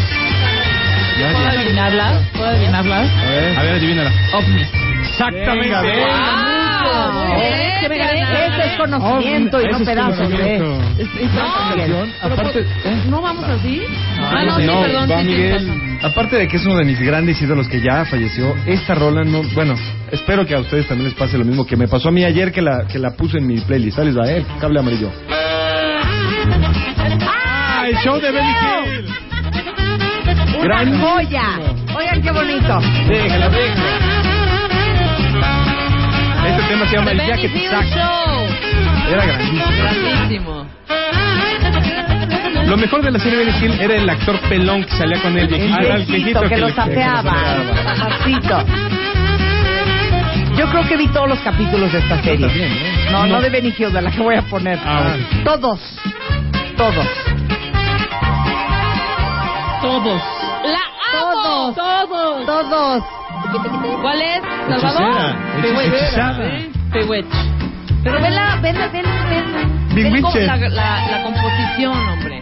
Speaker 6: Ya,
Speaker 7: ¿Puedo
Speaker 6: ya.
Speaker 7: adivinarlas? ¿Puedo adivinarlas?
Speaker 6: A ver.
Speaker 5: A ver, adivínala.
Speaker 7: Ovni.
Speaker 5: Exactamente.
Speaker 6: Venga, venga.
Speaker 7: ¡Ah!
Speaker 4: No, es, que me gané. Eso es conocimiento
Speaker 11: Oh,
Speaker 4: y no
Speaker 11: eso es
Speaker 4: pedazos ¿eh? de.
Speaker 11: conocimiento.
Speaker 4: No,
Speaker 7: Pero,
Speaker 6: aparte- ¿eh?
Speaker 7: pues, ¿No vamos así? Ah, no,
Speaker 6: No,
Speaker 7: sí, perdón.
Speaker 6: va
Speaker 7: sí, tienes razón.
Speaker 6: Miguel. Aparte de que es uno de mis grandes ídolos que ya falleció, esta rola no. Bueno, espero que a ustedes también les pase lo mismo que me pasó a mí ayer que la, que la puse en mi playlist. Ahí les va, eh, cable amarillo.
Speaker 5: ¡Ah, el show de Benny Hill!
Speaker 4: Una
Speaker 6: Gran-
Speaker 4: joya. Oigan qué bonito.
Speaker 6: Déjala, déjala. Este tema se llama El
Speaker 7: Benny
Speaker 6: Jacket
Speaker 7: Hill
Speaker 6: Sack.
Speaker 7: Show.
Speaker 6: Era grandísimo.
Speaker 7: Grandísimo.
Speaker 5: Lo mejor de la serie Benny Hill era el actor pelón que salía con él.
Speaker 4: El
Speaker 5: Ah, el
Speaker 4: viejito que
Speaker 5: le-
Speaker 4: lo sapeaba. Papacito. Yo creo que vi todos los capítulos de esta serie. No, no, de Benny Hill, de la que voy a poner. Todos. Todos.
Speaker 7: Todos. La amo. Todos.
Speaker 4: Todos.
Speaker 7: ¿Cuál es? ¿Salvador?
Speaker 11: Hechicera,
Speaker 7: Bewitch.
Speaker 11: hechizada.
Speaker 7: Sí, Bewitch. Pero vela, vela, vela, vela. Ven con
Speaker 5: Bewitched.
Speaker 7: la, la, la composición, hombre.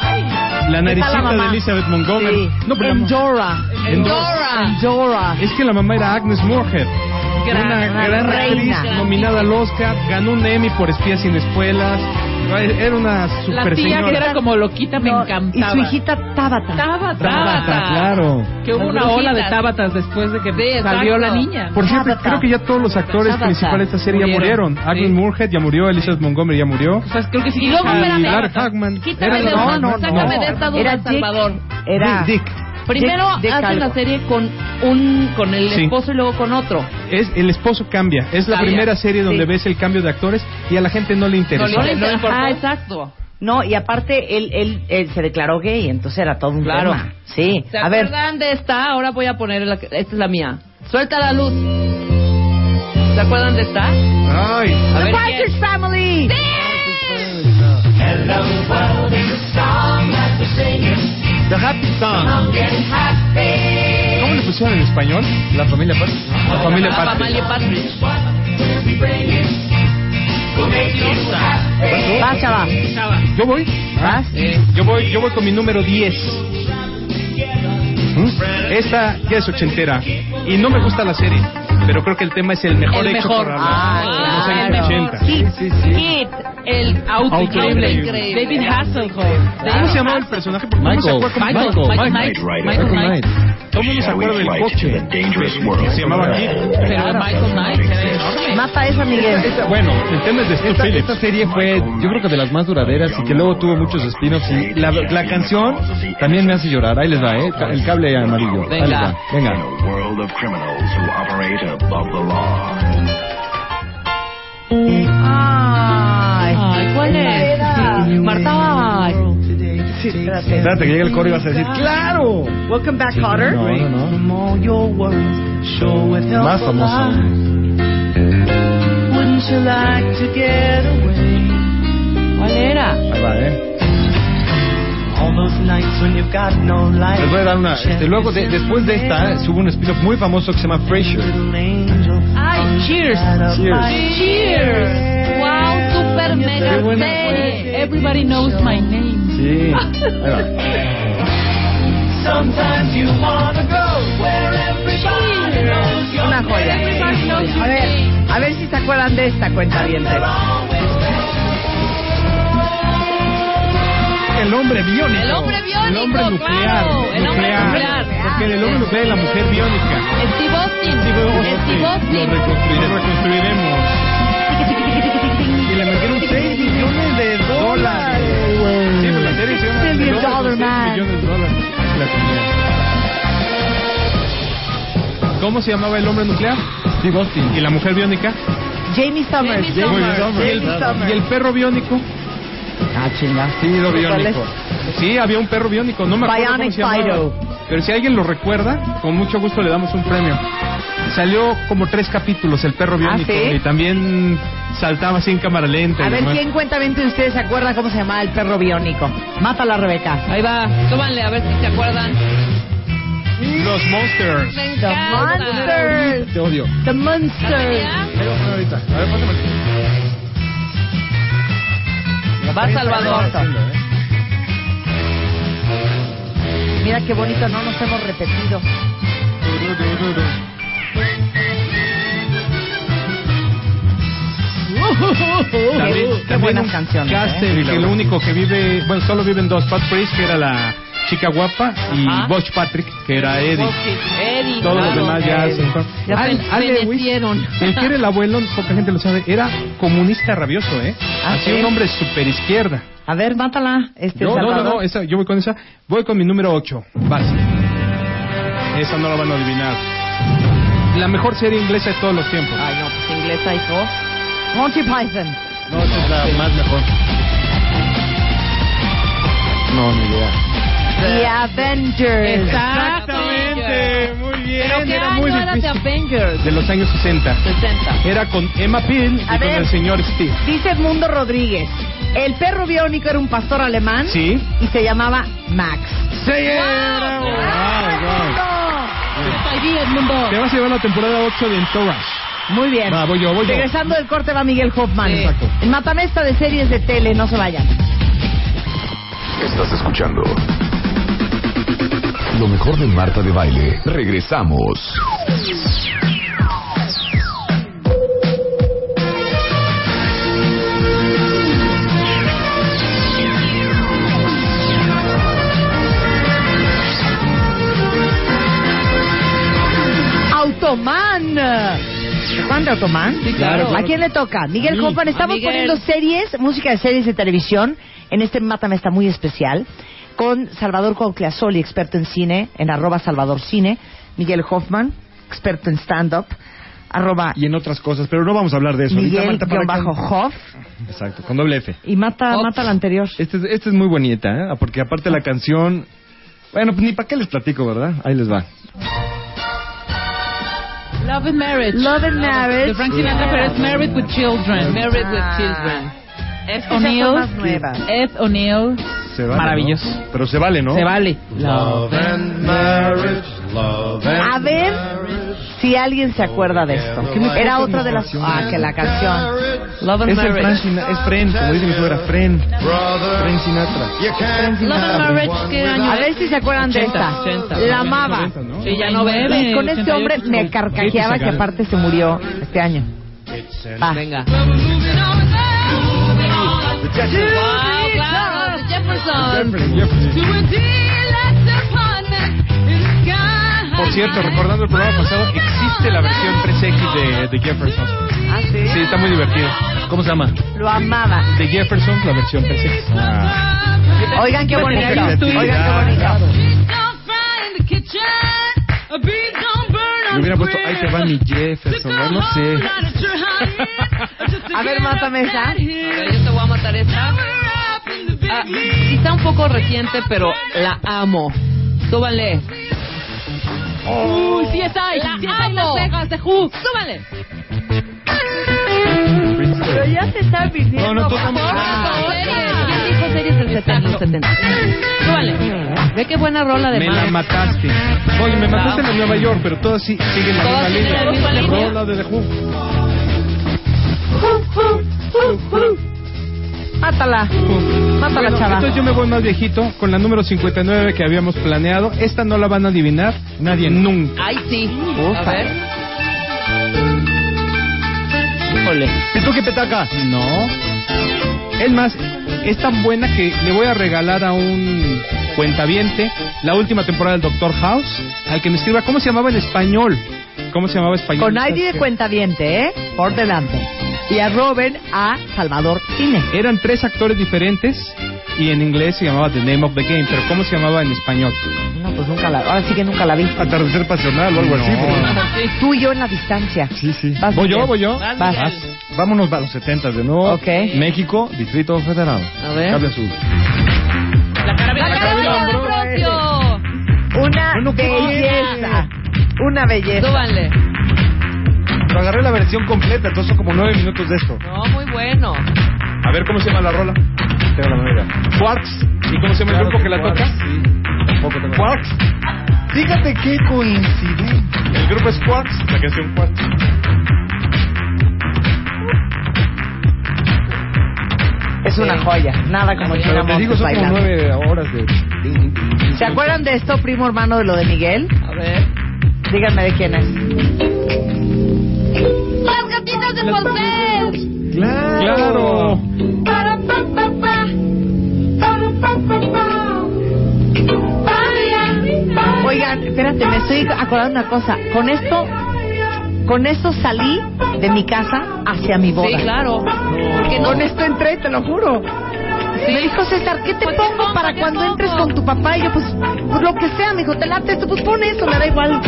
Speaker 5: La
Speaker 7: Está la
Speaker 5: naricita
Speaker 7: mamá.
Speaker 5: de Elizabeth Montgomery. No, pero la ma-
Speaker 4: Endora.
Speaker 5: Endora.
Speaker 4: Endora.
Speaker 5: Es que la mamá era Agnes Moorehead.
Speaker 7: Gran-
Speaker 5: una gran
Speaker 4: reina.
Speaker 5: actriz nominada al Oscar, ganó un Emmy por Espías sin Espuelas. Era una
Speaker 11: La
Speaker 5: super
Speaker 11: tía
Speaker 5: señora.
Speaker 11: que era como loquita me
Speaker 4: Y
Speaker 11: encantaba.
Speaker 4: su hijita Tabata.
Speaker 11: Tabata.
Speaker 5: Tabata, claro.
Speaker 11: Que hubo una
Speaker 7: Las
Speaker 11: ola de
Speaker 7: brujitas.
Speaker 11: tábatas después de que
Speaker 7: Sí,
Speaker 11: salió
Speaker 7: exacto.
Speaker 11: la niña.
Speaker 5: Por cierto,
Speaker 4: Tabata.
Speaker 5: creo que ya todos los actores
Speaker 4: Tabata.
Speaker 5: principales de esta serie
Speaker 11: Murieron.
Speaker 5: ya murieron. Agnes Moorehead ya murió, Elizabeth Montgomery ya murió.
Speaker 11: O sea, creo que sí.
Speaker 7: Y luego,
Speaker 11: Ah,
Speaker 7: espérame.
Speaker 5: Larry Hagman.
Speaker 7: Quítame
Speaker 5: Era-
Speaker 7: de
Speaker 5: no,
Speaker 7: una,
Speaker 5: no, no.
Speaker 7: sácame de esta duda,
Speaker 4: Era Dick.
Speaker 7: Salvador.
Speaker 4: Era.
Speaker 5: Dick.
Speaker 7: Primero
Speaker 4: Dick- Dick
Speaker 7: haces la
Speaker 4: algo.
Speaker 7: serie con un con el
Speaker 5: Sí.
Speaker 7: esposo y luego con otro.
Speaker 5: Es, el esposo cambia. Es la
Speaker 7: Cambia.
Speaker 5: primera serie donde
Speaker 4: Sí.
Speaker 5: ves el cambio de actores y a la gente no le interesa.
Speaker 7: No le interesa.
Speaker 4: importó.
Speaker 7: Ah, exacto.
Speaker 4: No, y aparte él, él, él se declaró gay, entonces era todo un
Speaker 7: Claro.
Speaker 4: tema. Sí.
Speaker 7: ¿Se
Speaker 4: A ver,
Speaker 7: acuerdan de esta? Ahora voy a poner la que- esta es la mía. Suelta la luz. ¿Se acuerdan de esta?
Speaker 5: Ay,
Speaker 7: A ver
Speaker 4: Partridge
Speaker 7: quién.
Speaker 4: Family.
Speaker 2: Hello world is a song that we're singing.
Speaker 5: The Happy Song.
Speaker 2: I'm getting happy.
Speaker 5: ¿Cómo le pusieron en español? La familia Partridge. La familia
Speaker 7: Ah,
Speaker 5: Partridge.
Speaker 7: Pamalia Partridge.
Speaker 2: We'll be bringing. We'll make you happy.
Speaker 4: Vas, chava.
Speaker 5: Yo voy. Ah, eh,
Speaker 4: Vas.
Speaker 5: Yo voy, yo voy con mi número 10. Esta ya es ochentera y no me gusta la serie, pero creo que el tema es el mejor
Speaker 7: El
Speaker 5: hecho
Speaker 7: mejor.
Speaker 5: por
Speaker 4: Ah,
Speaker 5: los años
Speaker 4: claro.
Speaker 5: 80.
Speaker 4: Sí,
Speaker 7: Hit, el auto
Speaker 5: Autoincreíble.
Speaker 7: increíble.
Speaker 11: David Hasselhoff.
Speaker 5: ¿Cómo se llamaba el personaje? Porque
Speaker 6: Michael.
Speaker 5: no se acuerda cómo-
Speaker 7: Michael,
Speaker 5: Michael,
Speaker 7: Michael,
Speaker 5: Michael.
Speaker 7: Michael,
Speaker 1: Knight.
Speaker 7: Michael Knight.
Speaker 5: Todo el mundo se acuerda del coche. que Se llamaba Kid.
Speaker 7: Pero Michael Knight era enorme.
Speaker 4: Mata esa, Miguel.
Speaker 5: Bueno, el tema es de Stu
Speaker 6: Esta,
Speaker 5: Phillips.
Speaker 6: esta serie fue, yo creo que de las más duraderas y que luego tuvo muchos spin-offs. Y la, la canción también me hace llorar. Ahí les va, ¿eh? Ca- El cable amarillo. Ahí les va.
Speaker 1: In
Speaker 6: Venga.
Speaker 1: a world of criminals who operate above the law.
Speaker 4: Ay.
Speaker 7: Ay, ¿cuál es? Marta. ay.
Speaker 4: Sí, espérate.
Speaker 6: Espérate que llegue el coro y vas a decir, ¡Claro!
Speaker 4: Welcome back, Otter.
Speaker 6: No, no, no. Más famoso.
Speaker 7: ¿Cuál era?
Speaker 6: Ahí va, ¿eh? Les voy a dar una. este, luego, de- después de esta, eh, hubo un spin-off muy famoso que se llama Frasier.
Speaker 7: Ay, Cheers.
Speaker 6: Cheers.
Speaker 7: Cheers. Wow, super mega
Speaker 6: Qué buena
Speaker 7: serie.
Speaker 11: Everybody knows my name.
Speaker 6: Sí. Ahí va.
Speaker 2: Sometimes you wanna go where everybody knows your
Speaker 4: Una joya. A ver, a ver si se acuerdan de esta cuenta bien.
Speaker 5: El hombre biónico.
Speaker 7: El hombre biónico,
Speaker 5: El hombre nuclear.
Speaker 7: claro. El hombre nuclear.
Speaker 5: Porque el hombre nuclear y la mujer biónica.
Speaker 7: Steve Austin. Steve
Speaker 5: Lo
Speaker 7: Austin.
Speaker 5: reconstruiremos. Lo reconstruiremos. Y le metieron 6 millones de dólares. Sí, pues la serie se llama
Speaker 4: Billion
Speaker 5: The Lost,
Speaker 4: Dollar
Speaker 5: seis
Speaker 4: Man.
Speaker 5: millones de dólares. La tenía. ¿Cómo se llamaba el hombre nuclear?
Speaker 6: Steve Austin.
Speaker 5: ¿Y la mujer biónica?
Speaker 4: Jamie Summers.
Speaker 7: Jamie Summers.
Speaker 5: ¿Y el, y el perro biónico?
Speaker 6: Ah, chinga. Sí, lo
Speaker 4: ¿Cuál es?
Speaker 6: biónico.
Speaker 5: Sí, había un perro biónico, no me acuerdo cómo
Speaker 4: Bionic
Speaker 5: se llamaba.
Speaker 4: Fido.
Speaker 5: Pero si alguien lo recuerda, con mucho gusto le damos un premio. Salió como tres capítulos el perro biónico
Speaker 4: ¿sí?
Speaker 5: y también saltaba así en cámara lenta. y
Speaker 4: A ver
Speaker 5: demás.
Speaker 4: quién cuenta bien de ustedes se acuerda cómo se llamaba el perro biónico. Mátala, Rebeca.
Speaker 7: Ahí va, tómanle a ver si se acuerdan.
Speaker 5: Los Monsters.
Speaker 7: Me
Speaker 4: The
Speaker 7: encanta.
Speaker 4: Monsters.
Speaker 6: Te odio.
Speaker 4: The
Speaker 7: ¿La
Speaker 4: Monsters.
Speaker 7: tenía?
Speaker 6: Ahorita. A ver, pásame.
Speaker 7: Va Salvador.
Speaker 4: Mira qué bonito, no nos hemos repetido.
Speaker 5: También,
Speaker 4: Qué buenas canciones. ¿eh?
Speaker 5: Caster, que lo único que vive, bueno, solo viven dos, Pat Priest, que era la chica guapa, y
Speaker 7: Ajá.
Speaker 5: Bosch Patrick, que era Eddie.
Speaker 7: Eddie,
Speaker 5: Todos
Speaker 7: claro.
Speaker 5: los demás ya se fueron.
Speaker 7: Ya
Speaker 5: Al-
Speaker 7: pen-
Speaker 5: Al Lewis,
Speaker 7: fenecieron.
Speaker 5: el que era el abuelo, poca gente lo sabe, era comunista rabioso, ¿eh?
Speaker 4: Ah,
Speaker 5: Así
Speaker 4: ¿sí?
Speaker 5: un hombre super izquierda.
Speaker 4: A ver, mátala. Este
Speaker 5: Yo, no, no,
Speaker 4: Salvador.
Speaker 5: no, esa, yo voy con esa. Voy con mi número 8. Fácil. Esa no la van a adivinar. La mejor serie inglesa de todos los tiempos.
Speaker 7: Ay, no, pues inglesa y dos.
Speaker 4: Monty Python.
Speaker 5: No, esa es la más mejor. No, ni idea.
Speaker 4: The Avengers.
Speaker 7: Exactamente.
Speaker 5: Muy bien.
Speaker 7: ¿Pero qué
Speaker 5: era
Speaker 7: año
Speaker 5: muy
Speaker 7: era de
Speaker 5: difícil.
Speaker 7: Avengers?
Speaker 5: De los años 60.
Speaker 7: 60.
Speaker 5: Era con Emma Peel y
Speaker 4: A
Speaker 5: con
Speaker 4: ver.
Speaker 5: el señor Steve.
Speaker 4: Dice Edmundo Rodríguez. El perro biónico era un pastor alemán
Speaker 5: Sí.
Speaker 4: y se llamaba Max. ¡Ah,
Speaker 5: ¡Sí! Era... Wow,
Speaker 11: Allí,
Speaker 5: wow.
Speaker 11: Edmundo.
Speaker 5: Te vas a llevar la temporada 8 de Entourage.
Speaker 4: Muy bien.
Speaker 5: Va, voy yo, voy yo.
Speaker 4: Regresando del corte va Miguel Hoffman.
Speaker 7: Sí.
Speaker 5: Exacto.
Speaker 4: El matamesta de series de tele, no se vayan.
Speaker 1: Estás escuchando lo mejor de Marta de Baile. Regresamos.
Speaker 4: Automan. ¿Juan de Automan?
Speaker 7: Sí, claro.
Speaker 4: ¿A quién le toca? Miguel
Speaker 7: mí.
Speaker 4: Hoffman,
Speaker 7: A
Speaker 4: estamos
Speaker 7: Miguel.
Speaker 4: poniendo series, música de series de televisión en este Mátame está muy especial con Salvador Concleasoli, experto en cine, en arroba Salvador Cine, Miguel Hoffman, experto en stand-up, arroba
Speaker 6: Y en otras cosas, pero no vamos a hablar de eso. Ahorita,
Speaker 4: Miguel
Speaker 6: Marta, para
Speaker 4: guión bajo
Speaker 6: acá.
Speaker 4: Hoff
Speaker 6: Exacto, con doble F.
Speaker 4: y mata,
Speaker 7: Hoff.
Speaker 4: mata la anterior.
Speaker 6: Esta es, este es muy bonita, ¿eh? porque aparte la canción... Bueno, pues ni para qué les platico, ¿verdad? Ahí les va.
Speaker 11: Love and Marriage. Ah,
Speaker 4: Love and Marriage.
Speaker 11: De Frank Sinatra, pero es Married with Children. Married with Children. Ed
Speaker 4: Esas son
Speaker 11: O'Neill.
Speaker 4: más nuevas.
Speaker 11: Ed O'Neill.
Speaker 6: Se vale,
Speaker 11: Maravilloso.
Speaker 6: ¿no? Pero se vale, ¿no?
Speaker 11: Se vale.
Speaker 4: A ver si alguien se acuerda de esto. Era otra de las... Ah, que la canción.
Speaker 7: Love and
Speaker 6: Es el Frank
Speaker 7: Marriage.
Speaker 6: Sinatra, es Fren, como dice mi suegra, Fren. Fren Sinatra.
Speaker 11: Love and Marriage, ¿qué año
Speaker 4: A
Speaker 11: es?
Speaker 4: ver si se acuerdan de
Speaker 11: 80,
Speaker 4: esta.
Speaker 11: 80,
Speaker 4: La amaba.
Speaker 5: 90, ¿no?
Speaker 11: Sí, ya no
Speaker 4: Y
Speaker 11: bebe.
Speaker 4: con este hombre me carcajeaba que aparte pues se murió este año. Va.
Speaker 7: Venga.
Speaker 11: Wow, claro, The Jefferson.
Speaker 5: Por cierto, recordando el programa pasado, existe la versión 3X de, de Jefferson.
Speaker 4: Ah, ¿sí?
Speaker 5: Sí, está muy divertido. ¿Cómo se llama?
Speaker 4: Lo amaba.
Speaker 5: De Jefferson, la versión 3X. Ah,
Speaker 4: Oigan qué bonito. Oigan qué bonito.
Speaker 6: Le hubiera puesto, ahí te va mi Jefferson, ¿no? no sé.
Speaker 4: A ver, mátame esa.
Speaker 7: A ver, yo te voy a matar esta. Ah, está un poco reciente, pero la amo. Súbale.
Speaker 5: Oh,
Speaker 11: Uy, sí es ahí.
Speaker 7: La
Speaker 11: Sí es ahí Las
Speaker 7: amo.
Speaker 11: Vegas de Who. Súbale.
Speaker 4: Pero ya se está viniendo.
Speaker 6: No, no, tú también.
Speaker 4: Ah,
Speaker 7: ¿Quién dijo series del 70? Los 70. Súbale. Ve qué buena rola de
Speaker 5: Me la
Speaker 7: madre.
Speaker 5: mataste. Oye, me mataste en Nueva York, pero todas sí, siguen la
Speaker 7: Todas siguen
Speaker 5: misma
Speaker 7: la misma
Speaker 5: línea.
Speaker 7: línea.
Speaker 5: Rola de The Who.
Speaker 4: Mátala. Mátala,
Speaker 5: Bueno,
Speaker 4: chava.
Speaker 5: entonces yo me voy más viejito con la número 59 que habíamos planeado. Esta no la van a adivinar nadie nunca.
Speaker 7: Ay, sí. A
Speaker 5: Ufa.
Speaker 7: ver. Híjole.
Speaker 5: ¿Pituque petaca? No. Es más, es tan buena que le voy a regalar a un cuentaviente la última temporada del Doctor House al que me escriba cómo se llamaba en español. ¿Cómo se llamaba en español? Este,
Speaker 4: Con ID de cuentaviente, ¿eh? Por delante. Y a Robert a Salvador Cine.
Speaker 5: Eran tres actores diferentes y en inglés se llamaba The Name of the Game, pero ¿cómo se llamaba en español?
Speaker 4: No, pues nunca la... Ahora sí que nunca la vi.
Speaker 6: Atardecer pasional o algo así. porque-
Speaker 4: Tú y yo en la distancia.
Speaker 6: Sí, sí.
Speaker 4: Vas,
Speaker 5: ¿Voy yo?
Speaker 4: Miguel.
Speaker 5: ¿Voy yo?
Speaker 4: Vas.
Speaker 6: Vámonos a los 70 de nuevo.
Speaker 4: Ok.
Speaker 6: México, Distrito Federal.
Speaker 7: A ver.
Speaker 6: Cable azul.
Speaker 11: La carabina.
Speaker 7: La carabina de Ambrosio.
Speaker 4: Una
Speaker 6: Bueno, ¿qué
Speaker 4: belleza. Una belleza.
Speaker 7: Súbanle.
Speaker 6: Pero agarré la versión completa, entonces son como 9 minutos de esto.
Speaker 7: No, muy bueno.
Speaker 5: A ver, ¿cómo se llama la rola?
Speaker 6: Tengo la manera.
Speaker 5: Quarks. ¿Y cómo se llama el grupo que la
Speaker 6: Quarks,
Speaker 5: toca?
Speaker 6: Sí. Tampoco tengo.
Speaker 5: Quarks.
Speaker 6: Fíjate qué coincidencia.
Speaker 5: El grupo es Quarks, la canción Quarks.
Speaker 4: Es una joya. Nada como China
Speaker 6: Pero te digo,
Speaker 4: Montes
Speaker 6: son como
Speaker 4: bailando.
Speaker 6: 9 horas de.
Speaker 4: ¿Se acuerdan de esto, primo hermano, de lo de Miguel?
Speaker 7: A ver.
Speaker 4: Díganme de quién es.
Speaker 8: ¡Las gatitas de Portel!
Speaker 6: Claro.
Speaker 4: me estoy acordando una cosa. Con esto, con esto salí de mi casa hacia mi boda.
Speaker 7: Sí, claro.
Speaker 4: Porque Con esto entré, te lo juro. Me dijo Pues, César, ¿qué te
Speaker 7: Pues,
Speaker 4: pongo para cuando entres con tu papá? Y yo, pues, pues, lo que sea, me dijo, te late esto, pues pon eso, me da igual.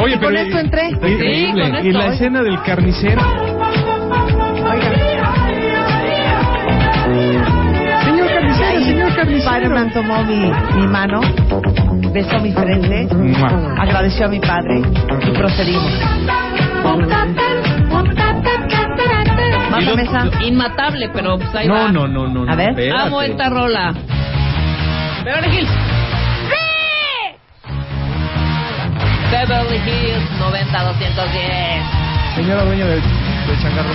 Speaker 5: Oye,
Speaker 4: y con
Speaker 5: pero-
Speaker 4: esto entré.
Speaker 5: Increíble. y la escena del carnicero.
Speaker 4: Señor carnicero, señor carnicero. Padre me tomó mi, mi mano, besó mi frente,
Speaker 5: Mua.
Speaker 4: agradeció a mi padre y procedimos. Mándame esa.
Speaker 7: Inmatable, pero pues ahí va.
Speaker 12: No, no, no, no. no,
Speaker 7: A ver.
Speaker 12: espérate.
Speaker 7: Amo esta rola. Beverly Hills. Beverly Hills 90210.
Speaker 6: Señora dueña del, del changarro.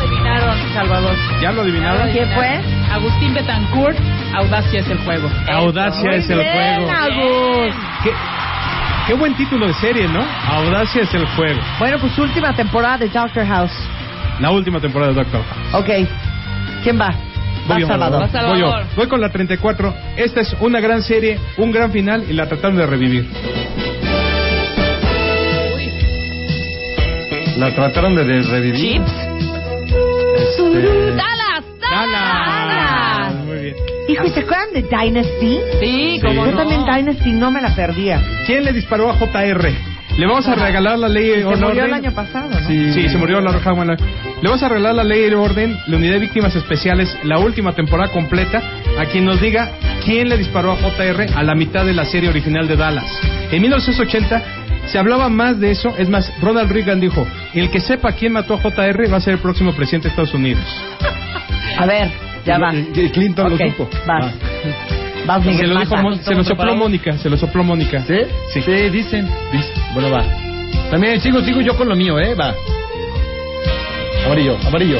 Speaker 7: Adivinaron, Salvador.
Speaker 5: ¿Ya lo adivinaron?
Speaker 7: ¿Quién fue? Agustín Betancourt. Audacia es el juego.
Speaker 5: Audacia es el juego. Qué, qué buen título de serie, ¿no? Audacia es el juego.
Speaker 4: Bueno, pues última temporada de Doctor House.
Speaker 5: La última temporada de Doctor.
Speaker 4: Ok. ¿Quién va? Va
Speaker 5: yo,
Speaker 4: Salvador.
Speaker 5: Voy yo. Voy con la 34. Esta es una gran serie, un gran final y la trataron de revivir.
Speaker 6: La trataron de de- revivir.
Speaker 7: Chips.
Speaker 6: Este,
Speaker 7: ¡Dallas!
Speaker 4: ¡Dallas!
Speaker 5: Muy bien.
Speaker 4: Hijo, ¿y se acuerdan de Dynasty?
Speaker 7: Sí,
Speaker 5: cómo
Speaker 4: Yo
Speaker 5: no.
Speaker 4: también Dynasty no me la perdía.
Speaker 5: ¿Quién le disparó a JR? Le vamos a regalar la ley
Speaker 4: Se
Speaker 5: de honor.
Speaker 4: murió el
Speaker 5: de-
Speaker 4: año pasado, ¿no?
Speaker 5: Sí, se murió la roja buena. Le vas a regalar la ley de orden, la unidad de víctimas especiales, la última temporada completa, a quien nos diga quién le disparó a JR a la mitad de la serie original de Dallas. En 1980 se hablaba más de eso, es más, Ronald Reagan dijo, el que sepa quién mató a JR va a ser el próximo presidente de Estados Unidos.
Speaker 4: A ver, ya va.
Speaker 6: y- y Clinton
Speaker 4: Ok,
Speaker 6: lo supo.
Speaker 4: Vas. Vas, Miguel.
Speaker 5: Ah. Se lo, dijo
Speaker 4: pasa.
Speaker 5: Mon- se lo sopló Mónica, se lo sopló Mónica.
Speaker 12: ¿Sí?
Speaker 5: Sí.
Speaker 12: dicen. Dice- Bueno, va. También sigo, sigo yo con lo mío, ¿eh? Va. Amarillo, amarillo.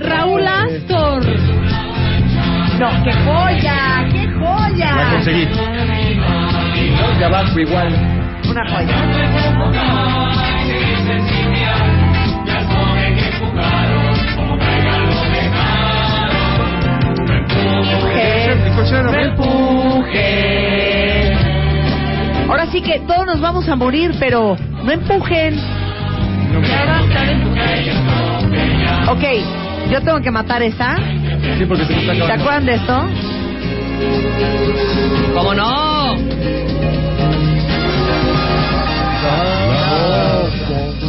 Speaker 7: Raúl Astor.
Speaker 4: No, qué joya, qué
Speaker 12: La
Speaker 4: joya.
Speaker 12: conseguí. De abajo igual.
Speaker 4: Una joya. Ahora sí que todos nos vamos a morir, pero no empujen. Ok, yo tengo que matar esta.
Speaker 12: Sí, porque se me está
Speaker 4: ¿Se
Speaker 12: acabando.
Speaker 4: acuerdan de esto?
Speaker 7: ¿Cómo no?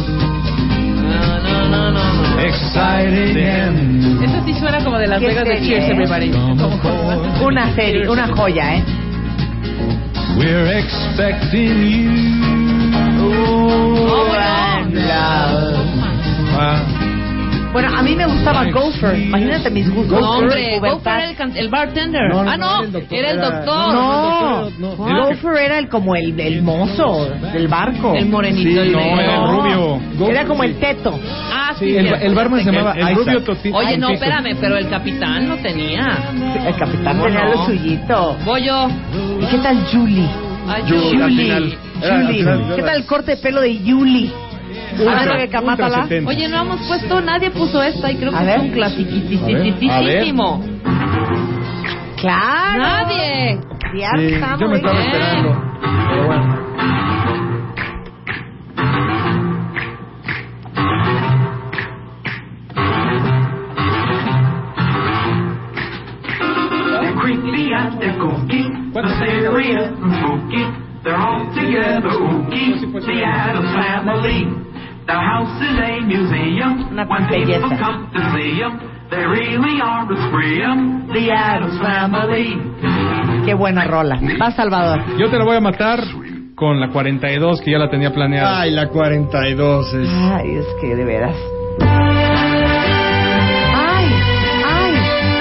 Speaker 7: No, no, no,
Speaker 12: Ah,
Speaker 7: no.
Speaker 12: Exciting and
Speaker 7: Eso sí suena como de Las
Speaker 4: ¿Qué
Speaker 7: Vegas de
Speaker 4: serie,
Speaker 7: Cheers,
Speaker 4: eh?
Speaker 7: everybody. Como-
Speaker 4: Una serie, una joya, ¿eh?
Speaker 12: we're expecting you.
Speaker 4: Oh,
Speaker 7: and
Speaker 5: Ah,
Speaker 4: Bueno, a mí me gustaba Gopher. Imagínate mis gustos.
Speaker 7: No, hombre,
Speaker 4: de
Speaker 7: Gopher
Speaker 4: pubertad.
Speaker 7: era el, can- el bartender.
Speaker 12: No, no,
Speaker 7: ah, no,
Speaker 12: era el doctor,
Speaker 7: era el
Speaker 12: era-
Speaker 7: doctor.
Speaker 4: No,
Speaker 12: no,
Speaker 5: no.
Speaker 4: Gopher era el como el, el mozo del barco.
Speaker 7: El morenito.
Speaker 6: Sí,
Speaker 7: el
Speaker 5: no,
Speaker 7: negro.
Speaker 5: era el rubio.
Speaker 4: Era como el teto.
Speaker 7: Ah, sí.
Speaker 12: Sí, el,
Speaker 7: cierto,
Speaker 12: el barman
Speaker 7: ya
Speaker 12: se
Speaker 7: sé.
Speaker 12: llamaba
Speaker 5: El
Speaker 12: Isaac.
Speaker 5: rubio totito.
Speaker 7: Oye, no,
Speaker 5: Totito.
Speaker 7: espérame, pero el capitán no tenía.
Speaker 4: El capitán
Speaker 7: ¿Cómo
Speaker 4: tenía
Speaker 7: no?
Speaker 4: lo suyito.
Speaker 7: Voy yo.
Speaker 4: ¿Y qué tal Julie?
Speaker 7: Ay,
Speaker 12: Julie,
Speaker 7: Julie.
Speaker 12: al final.
Speaker 6: Ah,
Speaker 12: Era al
Speaker 4: Julie.
Speaker 12: final.
Speaker 4: ¿Qué tal el corte de pelo de Julie?
Speaker 5: Ultra,
Speaker 4: Ahora que
Speaker 5: ultra
Speaker 4: camátala.
Speaker 5: 70.
Speaker 7: Ah, Oye, no hemos puesto, nadie puso esta y creo que
Speaker 4: A
Speaker 7: es
Speaker 4: ver.
Speaker 7: un
Speaker 12: A ver.
Speaker 7: clasiquísimo.
Speaker 4: Claro.
Speaker 7: Nadie.
Speaker 4: Ya
Speaker 6: Sí,
Speaker 4: está muy
Speaker 6: yo me estaba
Speaker 4: bien.
Speaker 6: esperando. Pero bueno.
Speaker 10: Quickly after cookie,
Speaker 5: What?
Speaker 10: the Sangria and Cookie, they're all together ookie, the Addams family. The house is a museum,
Speaker 4: Una
Speaker 10: when people
Speaker 4: belleza.
Speaker 10: come to see 'em, they really are a scream, the Addams family.
Speaker 4: Qué buena rola. Va, Salvador.
Speaker 5: Yo te la voy a matar con la 42 que ya la tenía planeada.
Speaker 6: Ay, la 42 es.
Speaker 4: Ay, es que de veras. Ay, ay,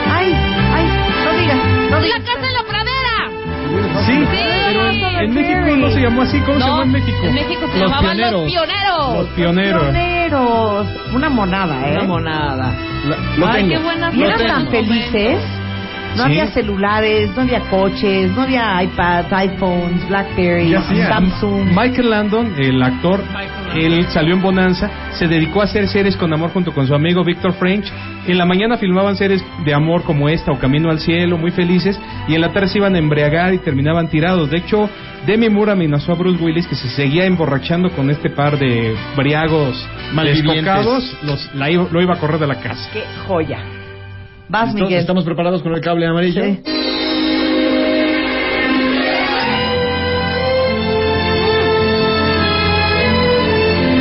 Speaker 4: ay, ay. No digas, no digas.
Speaker 7: ¡La casa en la pradera!
Speaker 5: Sí,
Speaker 7: Sí.
Speaker 5: pero en México no se llamó así. ¿Cómo se
Speaker 7: No,
Speaker 5: llamó en México?
Speaker 7: En México se
Speaker 5: Los
Speaker 7: llamaban
Speaker 5: pioneros.
Speaker 7: Los Pioneros.
Speaker 5: Los pioneros.
Speaker 4: Pioneros. Una monada, ¿eh?
Speaker 7: Una monada.
Speaker 6: la- lo
Speaker 7: Ay,
Speaker 6: tengo.
Speaker 7: qué buena
Speaker 4: Y eran
Speaker 7: foto.
Speaker 4: tan felices. No
Speaker 5: Sí.
Speaker 4: había celulares, no había coches, no había iPads, iPhones, Blackberry,
Speaker 5: ¿Qué hacían?
Speaker 4: Samsung.
Speaker 5: Michael Landon, el actor, él salió en Bonanza, se dedicó a hacer series con amor junto con su amigo Victor French. En la mañana filmaban series de amor como esta o Camino al Cielo, muy felices, y en la tarde se iban a embriagar y terminaban tirados. De hecho, Demi Moore amenazó a Bruce Willis que se seguía emborrachando con este par de briagos
Speaker 12: Malvivientes.
Speaker 5: descocados, los- la iba- lo iba a correr de la casa.
Speaker 4: Qué joya. Vas,
Speaker 12: Entonces,
Speaker 4: Miguel.
Speaker 12: ¿Estamos preparados con el cable amarillo?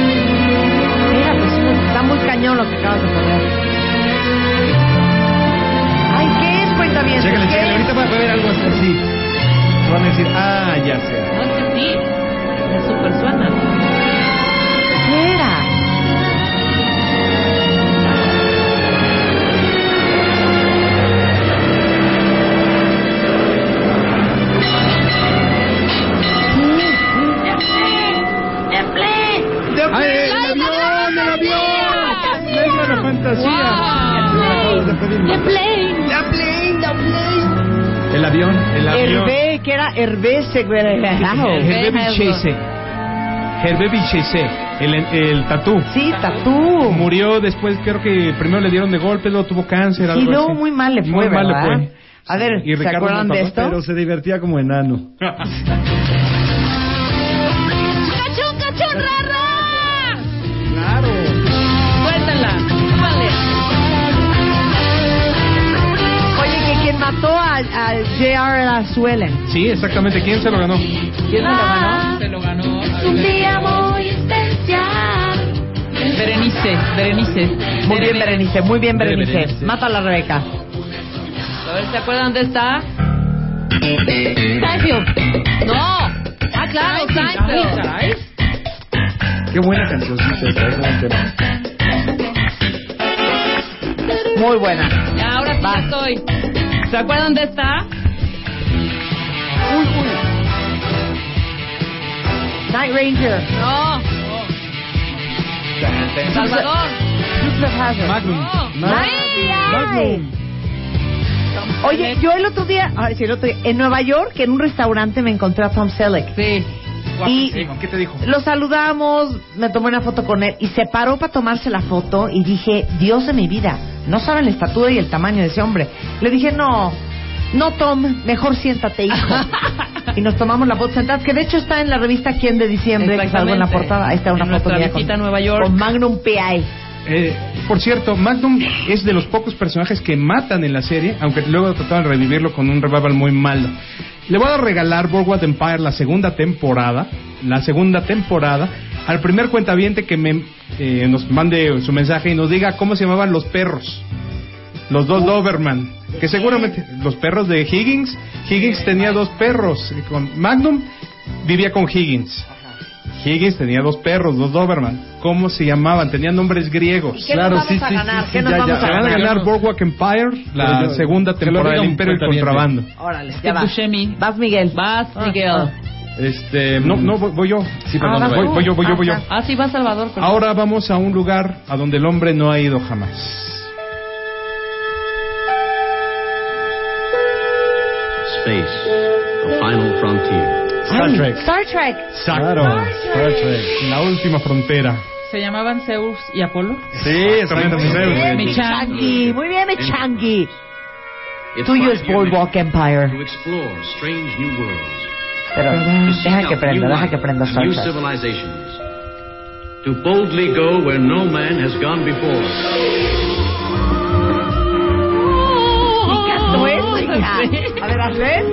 Speaker 4: Mira, pues está muy cañón lo que acabas de poner. Ay, ¿qué es, cuenta bien?
Speaker 6: Chécale, chécale. Ahorita va a haber algo así. Se van a decir, ah, ya sé.
Speaker 7: No es que sí, es súper suena.
Speaker 4: Espera.
Speaker 2: ¡Ay, el avión, el avión! ¡La isla de la fantasía! ¡The plane! ¡The plane! ¡The plane! ¡The plane!
Speaker 6: El avión, el avión.
Speaker 4: Hervé, que era Hervé Segverajao.
Speaker 5: Hervé Vichese. Hervé Vichese, el, el tatú.
Speaker 4: Sí, tatú.
Speaker 5: Murió después, creo que primero le dieron de golpe, luego tuvo cáncer,
Speaker 4: Sí,
Speaker 5: algo
Speaker 4: no,
Speaker 5: así.
Speaker 4: muy mal le fue,
Speaker 5: Muy mal le
Speaker 4: ¿verdad?
Speaker 5: fue.
Speaker 4: A ver,
Speaker 5: Y
Speaker 4: ¿se
Speaker 5: Ricardo
Speaker 4: acuerdan de
Speaker 5: Montalbán,
Speaker 4: esto?
Speaker 6: Pero se divertía como enano.
Speaker 2: ¡Cachón, cachón, rara!
Speaker 6: Claro.
Speaker 7: Suéltala. Vale.
Speaker 4: Oye, que quien mató al, al J.R. Azuelen.
Speaker 5: Sí, exactamente. ¿Quién se lo ganó?
Speaker 4: ¿Quién se lo ganó?
Speaker 7: Se lo ganó.
Speaker 8: Es un día muy especial.
Speaker 7: Berenice, Berenice.
Speaker 4: Muy bien, Berenice, muy bien, Berenice.
Speaker 7: Berenice.
Speaker 4: Mata a la Rebeca.
Speaker 7: A ver, ¿se acuerdan de esta? Seinfeld. No. Ah, claro, Seinfeld.
Speaker 6: Qué buena cancioncita. esa, es buen tema.
Speaker 4: Muy buena.
Speaker 7: Ya, ahora sí ya estoy. ¿Se acuerdan de esta?
Speaker 4: Night Ranger.
Speaker 7: No. Salvador.
Speaker 4: Nuclear Hazard.
Speaker 5: Magnum.
Speaker 4: Ay, ay. Oye, yo el otro día, ay, sí, el otro día, en Nueva York, en un restaurante me encontré a Tom Selleck.
Speaker 7: Sí.
Speaker 4: Y
Speaker 5: ¿Qué te dijo?
Speaker 4: lo saludamos, me tomé una foto con él y se paró para tomarse la foto y dije, Dios de mi vida, no saben la estatura y el tamaño de ese hombre. Le dije, no, no Tom, mejor siéntate, hijo. y nos tomamos la foto sentadas, que de hecho está en la revista Quién de Diciembre, que salgo en la
Speaker 7: Exactamente.
Speaker 4: portada. Ahí está una
Speaker 7: En
Speaker 4: foto
Speaker 7: nuestra
Speaker 4: mía
Speaker 7: visita a Nueva York.
Speaker 4: con Magnum P.I.
Speaker 5: Eh, por cierto, Magnum es de los pocos personajes que matan en la serie, aunque luego trataron de revivirlo con un revival muy malo. Le voy a regalar Boardwalk Empire la segunda temporada, la segunda temporada, al primer cuentaviente que me, eh, nos mande su mensaje y nos diga cómo se llamaban los perros, los dos Doberman, que seguramente los perros de Higgins, Higgins tenía dos perros, eh, con Magnum vivía con Higgins. Higgins tenía dos perros, dos Doberman. ¿Cómo se llamaban? Tenían nombres griegos.
Speaker 4: ¿Qué nos vamos a ganar? ¿Qué nos
Speaker 6: ya,
Speaker 4: vamos a
Speaker 6: ya.
Speaker 5: Se van a
Speaker 4: ganar?
Speaker 5: ganar Boardwalk Empire, la
Speaker 6: Pero yo-
Speaker 5: segunda
Speaker 6: que lo
Speaker 5: temporada
Speaker 6: diga
Speaker 5: del
Speaker 6: un
Speaker 5: Imperio del
Speaker 6: cuentaviente.
Speaker 5: Contrabando.
Speaker 4: Órale, ya
Speaker 7: De
Speaker 4: va.
Speaker 7: Buscemi.
Speaker 4: Vas, Miguel. Ah,
Speaker 7: Vas, Miguel.
Speaker 5: Este, no, no, voy, voy yo.
Speaker 6: Sí,
Speaker 4: perdón,
Speaker 5: Ah,
Speaker 4: no,
Speaker 5: voy,
Speaker 4: no.
Speaker 5: voy yo, voy yo, voy yo.
Speaker 4: Ajá.
Speaker 7: Ah, sí, va Salvador. con-
Speaker 5: Ahora vamos a un lugar a donde el hombre no ha ido jamás.
Speaker 13: Space, the final frontier.
Speaker 6: Star Trek.
Speaker 4: Star Trek.
Speaker 6: Claro. Star Trek.
Speaker 5: La última frontera.
Speaker 11: Se llamaban Zeus y Apolo.
Speaker 6: Sí, exactamente.
Speaker 11: Mi
Speaker 4: Changi. Muy bien, mi Changi.
Speaker 13: It's
Speaker 4: Tuyo
Speaker 13: part
Speaker 4: es
Speaker 13: of your
Speaker 4: Boardwalk
Speaker 13: mission
Speaker 4: Empire.
Speaker 13: To explore strange new worlds.
Speaker 4: Pero
Speaker 13: to seek
Speaker 4: deja que
Speaker 13: out
Speaker 4: prenda,
Speaker 13: new
Speaker 4: deja que
Speaker 13: life
Speaker 4: prenda
Speaker 13: and
Speaker 4: Star
Speaker 13: New
Speaker 4: Trek.
Speaker 13: civilizations. To boldly go where no man has gone before.
Speaker 4: Hazlo eso, hija. A ver, hazlo él.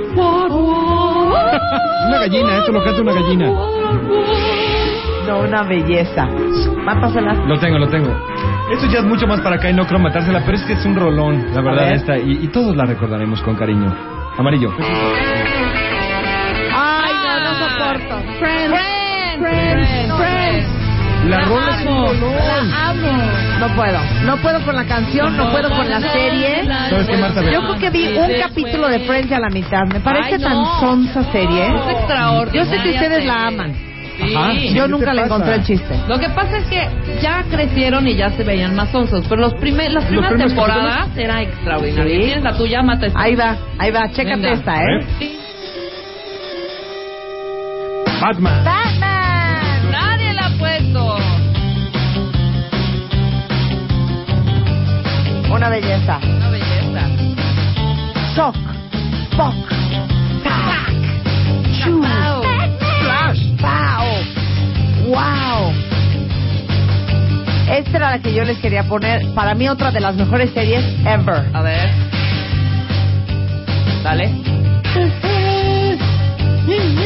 Speaker 6: Una gallina, esto lo canta una gallina.
Speaker 4: No, una belleza. Mátasela.
Speaker 6: Lo tengo, lo tengo. Esto ya es mucho más para acá y no creo matársela, pero es que es un rolón, la
Speaker 4: A
Speaker 6: verdad,
Speaker 4: ver.
Speaker 6: esta. Y, y todos la recordaremos con cariño. Amarillo.
Speaker 4: Ay, no, no soporto. Friends. Friends. Friends.
Speaker 6: La rola es un rolón.
Speaker 4: No puedo. No puedo con la canción, no puedo con la serie.
Speaker 6: ¿Sabes qué, Marta?
Speaker 4: Yo creo que vi un capítulo de Friends a la mitad. Me parece
Speaker 7: Ay, no.
Speaker 4: tan sonsa serie. ¿eh?
Speaker 7: Es extraordinaria.
Speaker 4: Yo sé que ustedes
Speaker 7: serie.
Speaker 4: la aman.
Speaker 7: Sí.
Speaker 6: Ajá.
Speaker 4: Yo
Speaker 6: ¿Qué
Speaker 4: nunca
Speaker 6: te
Speaker 4: le
Speaker 6: pasa?
Speaker 4: encontré el chiste.
Speaker 7: Lo que pasa es que ya crecieron y ya se veían más onzos, pero los primer, las primeras
Speaker 6: primeros
Speaker 7: temporadas era extraordinaria.
Speaker 4: Sí.
Speaker 7: ¿Tienes la tuya? Mata esta.
Speaker 4: Ahí va, ahí va. Chécate
Speaker 7: Venga.
Speaker 4: esta, ¿eh?
Speaker 7: Sí.
Speaker 5: Batman.
Speaker 7: Nadie la ha puesto.
Speaker 4: Una belleza.
Speaker 7: Una belleza.
Speaker 4: Soc. Poc. Tac. Chu. Flash. Pau. Wow. Esta era la que yo les quería poner. Para mí, otra de las mejores series ever.
Speaker 7: A ver. Dale.
Speaker 5: Mm.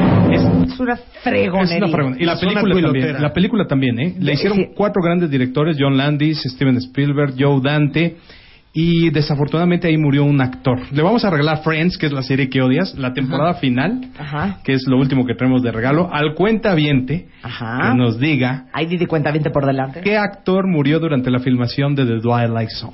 Speaker 4: Es una fregonería.
Speaker 5: Es una fregona- Y la
Speaker 4: Es una
Speaker 5: película
Speaker 4: cuilotera.
Speaker 5: también. La película también, ¿eh? La hicieron
Speaker 4: Sí.
Speaker 5: cuatro grandes directores: John Landis, Steven Spielberg, Joe Dante. Y desafortunadamente ahí murió un actor. Le vamos a arreglar Friends, que es la serie que odias, la temporada final,
Speaker 4: Ajá.
Speaker 5: que es lo último que tenemos de regalo, al cuentaviente
Speaker 4: Ajá.
Speaker 5: que nos diga
Speaker 4: Ahí di cuenta, vente por delante.
Speaker 5: qué actor murió durante la filmación de The Twilight Zone.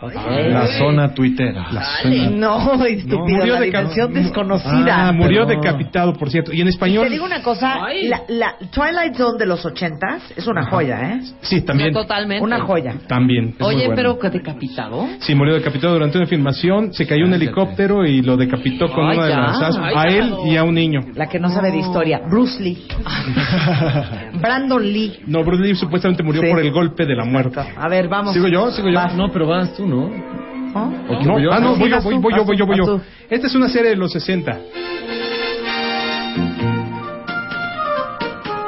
Speaker 5: La zona tuitera. La zona-
Speaker 4: No, estúpido,
Speaker 5: murió
Speaker 4: la
Speaker 5: de ca-
Speaker 4: dimensión desconocida.
Speaker 5: Ah, murió
Speaker 4: Pero-
Speaker 5: decapitado, por cierto. Y en español.
Speaker 4: Te digo una cosa, la, la Twilight Zone de los ochentas es una joya, ¿eh?
Speaker 5: Sí, también.
Speaker 7: Totalmente.
Speaker 4: Una joya.
Speaker 5: También. es muy
Speaker 7: Oye,
Speaker 5: bueno.
Speaker 7: pero que decapitado.
Speaker 5: Sí, murió decapitado durante una filmación. Se cayó un helicóptero y lo decapitó con
Speaker 4: Ah, Ay,
Speaker 5: una de
Speaker 4: ya.
Speaker 5: las asas.
Speaker 4: Ay,
Speaker 5: A él
Speaker 4: claro.
Speaker 5: y a un niño.
Speaker 4: La que no sabe de historia. Bruce Lee. Brandon Lee.
Speaker 5: No, Bruce Lee supuestamente murió por el golpe de la muerte.
Speaker 4: A ver, vamos.
Speaker 5: ¿Sigo yo? ¿Sigo yo?
Speaker 12: No, pero vas tú, ¿no?
Speaker 5: ¿O no?
Speaker 12: yo?
Speaker 5: Ah, no,
Speaker 12: Sí,
Speaker 5: voy yo,
Speaker 12: vas
Speaker 5: voy,
Speaker 12: tú,
Speaker 5: voy yo,
Speaker 12: vas
Speaker 5: voy yo,
Speaker 12: tú,
Speaker 5: voy
Speaker 12: vas
Speaker 5: yo.
Speaker 12: tú.
Speaker 5: Esta es una serie de los 60.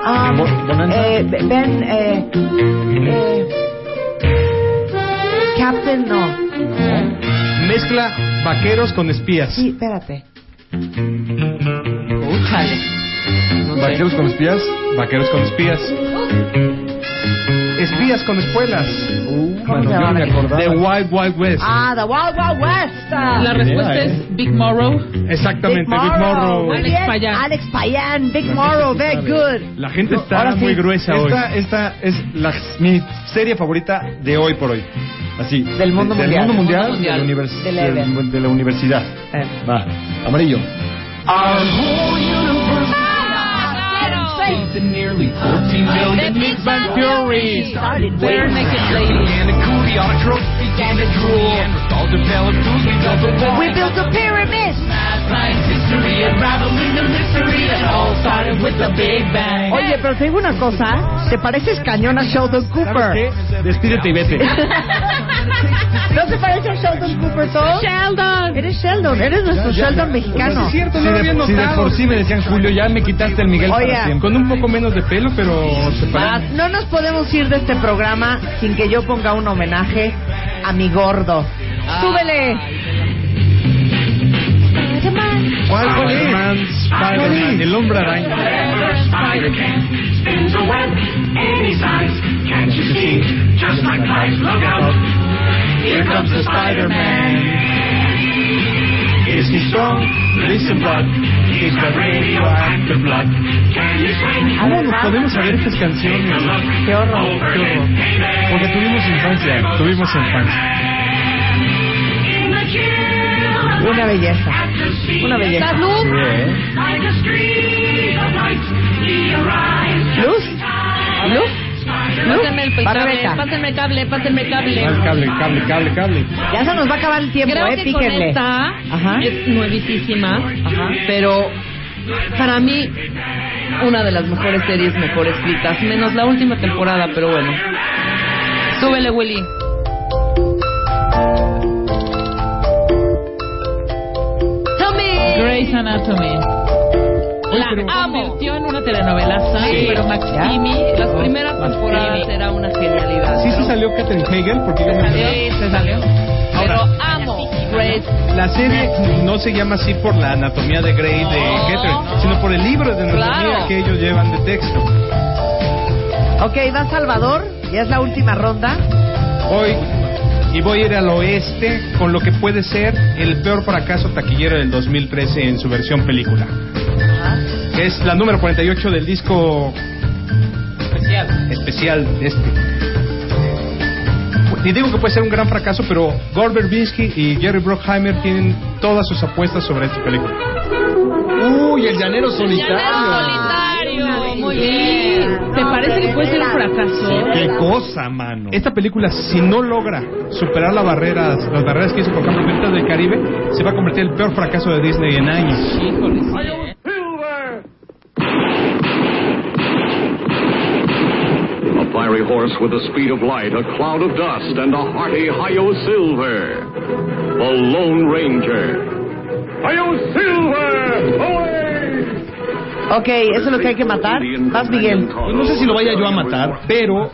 Speaker 4: Ah, eh, Ben, eh, eh, Captain, no.
Speaker 5: Mezcla vaqueros con espías.
Speaker 4: Sí, espérate.
Speaker 5: ¿Vaqueros con espías? Vaqueros con espías. Espías con espuelas.
Speaker 4: mano, Uh, se yo llama ni la me
Speaker 5: The Wild Wild West.
Speaker 4: Ah, The Wild Wild West.
Speaker 11: La respuesta
Speaker 5: Idea,
Speaker 11: es Big Morrow.
Speaker 5: Exactamente, Big Morrow.
Speaker 4: Muy
Speaker 11: Alex
Speaker 4: bien,
Speaker 11: Payán.
Speaker 4: Alex Payán, Big Morrow, very good.
Speaker 5: La gente
Speaker 6: No,
Speaker 5: está
Speaker 6: ahora
Speaker 5: muy
Speaker 6: sí,
Speaker 5: gruesa hoy.
Speaker 6: esta, Esta es la, mi serie favorita de hoy por hoy. Así.
Speaker 4: Del mundo mundial.
Speaker 6: de- Del mundo
Speaker 4: Del mundo
Speaker 6: mundial,
Speaker 4: mundial.
Speaker 6: de la univers-
Speaker 4: Del Eden.
Speaker 6: del- de la universidad.
Speaker 4: Eh.
Speaker 6: Va, amarillo.
Speaker 2: Nearly 14 million Big Bang Theory started
Speaker 11: Bare Naked Ladies.
Speaker 2: And the cooliotrope began to drool. All developed tools we built the wall.
Speaker 4: We built the pyramids.
Speaker 2: Science history unraveling the mystery that all started with the Big Bang.
Speaker 4: Oye, pero te digo una cosa, te pareces cañón a Sheldon Cooper.
Speaker 5: Despídete y vete.
Speaker 6: Ah,
Speaker 4: ¿No se parece a Sheldon Cooper todo? Sheldon. Eres Sheldon, eres nuestro Sheldon mexicano.
Speaker 5: Es cierto,
Speaker 6: Si
Speaker 5: no lo había
Speaker 6: de, si de
Speaker 5: notado.
Speaker 6: por sí me decían Julio, ya me quitaste el Miguel
Speaker 4: Oye.
Speaker 6: para siempre.
Speaker 5: Con un poco menos de pelo, pero se
Speaker 4: Ah,
Speaker 5: parece.
Speaker 4: No nos podemos ir de este programa sin que yo ponga un homenaje a mi gordo.
Speaker 11: Ah.
Speaker 4: ¡Súbele!
Speaker 5: ¿Cuál, cuál es?
Speaker 2: ¿Cuál es?
Speaker 5: el hombre araña.
Speaker 2: Spins a web any size. Can't you see? Just like flies, look out. Here comes the Spider-Man. Is he strong? Listen, bud. He's got radioactive blood. Can you swing?
Speaker 5: ¿Cómo nos podemos saber estas canciones?
Speaker 2: Qué horror, qué horror.
Speaker 5: Porque tuvimos infancia. Tuvimos infancia.
Speaker 2: In the chill of
Speaker 4: Una
Speaker 2: night,
Speaker 4: belleza.
Speaker 2: at the speed
Speaker 4: Una belleza.
Speaker 2: of
Speaker 4: Luz?
Speaker 2: light, Like a streak of light, he arrives just
Speaker 4: ¿Luz?
Speaker 2: in time.
Speaker 4: ¿Luz?
Speaker 7: Pásenme el
Speaker 4: Va,
Speaker 7: cable,
Speaker 4: Rebeca.
Speaker 7: pásenme cable, pásenme cable.
Speaker 5: Cable, cable, cable, cable.
Speaker 4: Ya se nos va a acabar el tiempo,
Speaker 7: Creo
Speaker 4: eh,
Speaker 7: que con
Speaker 4: píquenle.
Speaker 7: esta
Speaker 4: Ajá.
Speaker 7: es nuevísima, pero para mí una de las mejores series mejor escritas, menos la última temporada, pero bueno. Súbele, Willy.
Speaker 11: Grey's Anatomy.
Speaker 7: Oye,
Speaker 11: La
Speaker 7: pero-
Speaker 11: convirtió en una telenovelaza,
Speaker 7: Sí.
Speaker 11: pero Maximi,
Speaker 7: Las
Speaker 11: las
Speaker 7: primeras temporadas era una genialidad.
Speaker 5: Sí se salió Katherine Hegel porque yo me
Speaker 7: Sí, se salió. Pero amo Grey's
Speaker 5: La serie no se llama así por la anatomía de Grey de
Speaker 7: No.
Speaker 5: Catherine, sino por el libro de anatomía
Speaker 7: Claro.
Speaker 5: que ellos llevan de texto.
Speaker 4: Ok, va Salvador, ya es la última ronda.
Speaker 5: Hoy y voy a ir al oeste con lo que puede ser el peor fracaso taquillero del 2013 en su versión película.
Speaker 12: Ah.
Speaker 5: Que es la número 48 del disco especial de este. Y digo que puede ser un gran fracaso, pero Gore Verbinski y Jerry Bruckheimer tienen todas sus apuestas sobre esta película.
Speaker 12: Uy, el llanero solitario.
Speaker 7: solitario. Muy bien. ¿Te parece que puede ser un fracaso?
Speaker 5: Qué cosa, mano. Esta película, si no logra superar las barreras, las barreras que hizo, por ejemplo, Piratas del Caribe, se va a convertir en el peor fracaso de Disney en años.
Speaker 7: Híjoles.
Speaker 13: A fiery horse with the speed of light, a cloud of dust, and a hearty Hi-Yo Silver. The Lone Ranger. Hi-Yo Silver!
Speaker 4: Ok, eso es lo que hay que matar. Vas, Miguel.
Speaker 6: Pues no sé si lo vaya yo a matar, pero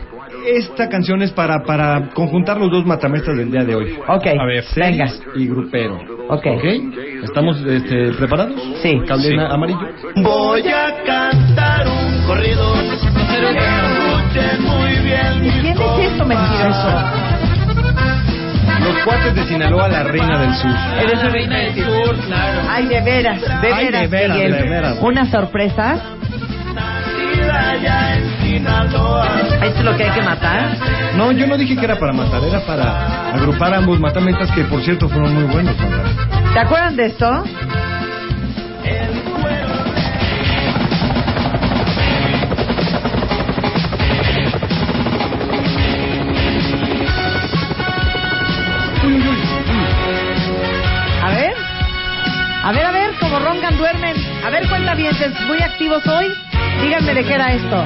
Speaker 6: esta canción es para, para conjuntar los dos matamestras del día de hoy.
Speaker 4: Ok,
Speaker 6: a ver,
Speaker 4: venga.
Speaker 6: Y grupero.
Speaker 4: Ok.
Speaker 6: ¿Estamos este, preparados?
Speaker 4: Sí.
Speaker 6: Cable
Speaker 4: Sí.
Speaker 6: amarillo.
Speaker 2: Voy a cantar un corrido. Pero escuchen muy bien.
Speaker 4: ¿De quién es esto, mentiroso?
Speaker 6: Los cuates de Sinaloa, la reina del sur.
Speaker 7: Eres la reina del sur, claro.
Speaker 4: Ay, de veras, de veras,
Speaker 6: Ay, de veras,
Speaker 4: Miguel.
Speaker 6: de veras.
Speaker 4: Unas sorpresas. Ahí es lo que hay que matar.
Speaker 6: No, yo no dije que era para matar, era para agrupar ambos matamentas que, por cierto, fueron muy buenos.
Speaker 4: ¿Te acuerdan de esto? A ver, a ver, a ver, como roncan, duermen. A ver, cuentavientes, muy activos hoy. Díganme de qué era esto.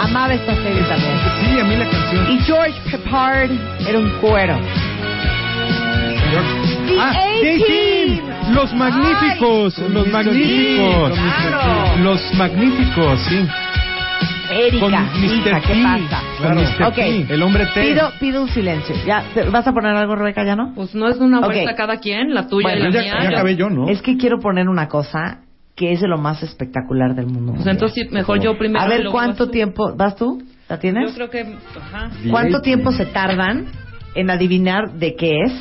Speaker 4: Amaba esta serie también.
Speaker 6: Sí, a mí la canción.
Speaker 4: Y George Peppard era un cuero. The
Speaker 5: Ah, sí, sí.
Speaker 4: A-Team.
Speaker 5: Los magníficos, los magníficos.
Speaker 4: claro.
Speaker 5: Los magníficos, sí. Con
Speaker 4: Erika,
Speaker 5: Mr.
Speaker 4: hija, ¿qué
Speaker 5: T,
Speaker 4: pasa?
Speaker 5: con Mr.
Speaker 4: Ok.
Speaker 5: T, el hombre T.
Speaker 4: Pido, pido un silencio. ¿Ya? ¿Te- ¿Vas a poner algo, Rebeca, ya no?
Speaker 7: Pues no es una
Speaker 4: Ok.
Speaker 7: vuelta cada quien, la tuya
Speaker 4: Bueno,
Speaker 7: y la
Speaker 4: ya-
Speaker 7: mía.
Speaker 6: Ya acabé yo, ¿no?
Speaker 4: Es que quiero poner una cosa que es de lo más espectacular del mundo.
Speaker 7: Pues entonces sí, mejor yo primero.
Speaker 4: a ver,
Speaker 7: y luego
Speaker 4: ¿cuánto
Speaker 7: vas tú.
Speaker 4: tiempo? ¿Vas tú? ¿La tienes?
Speaker 7: Yo creo que. Ajá.
Speaker 4: ¿Cuánto tiempo se tardan en adivinar de qué es?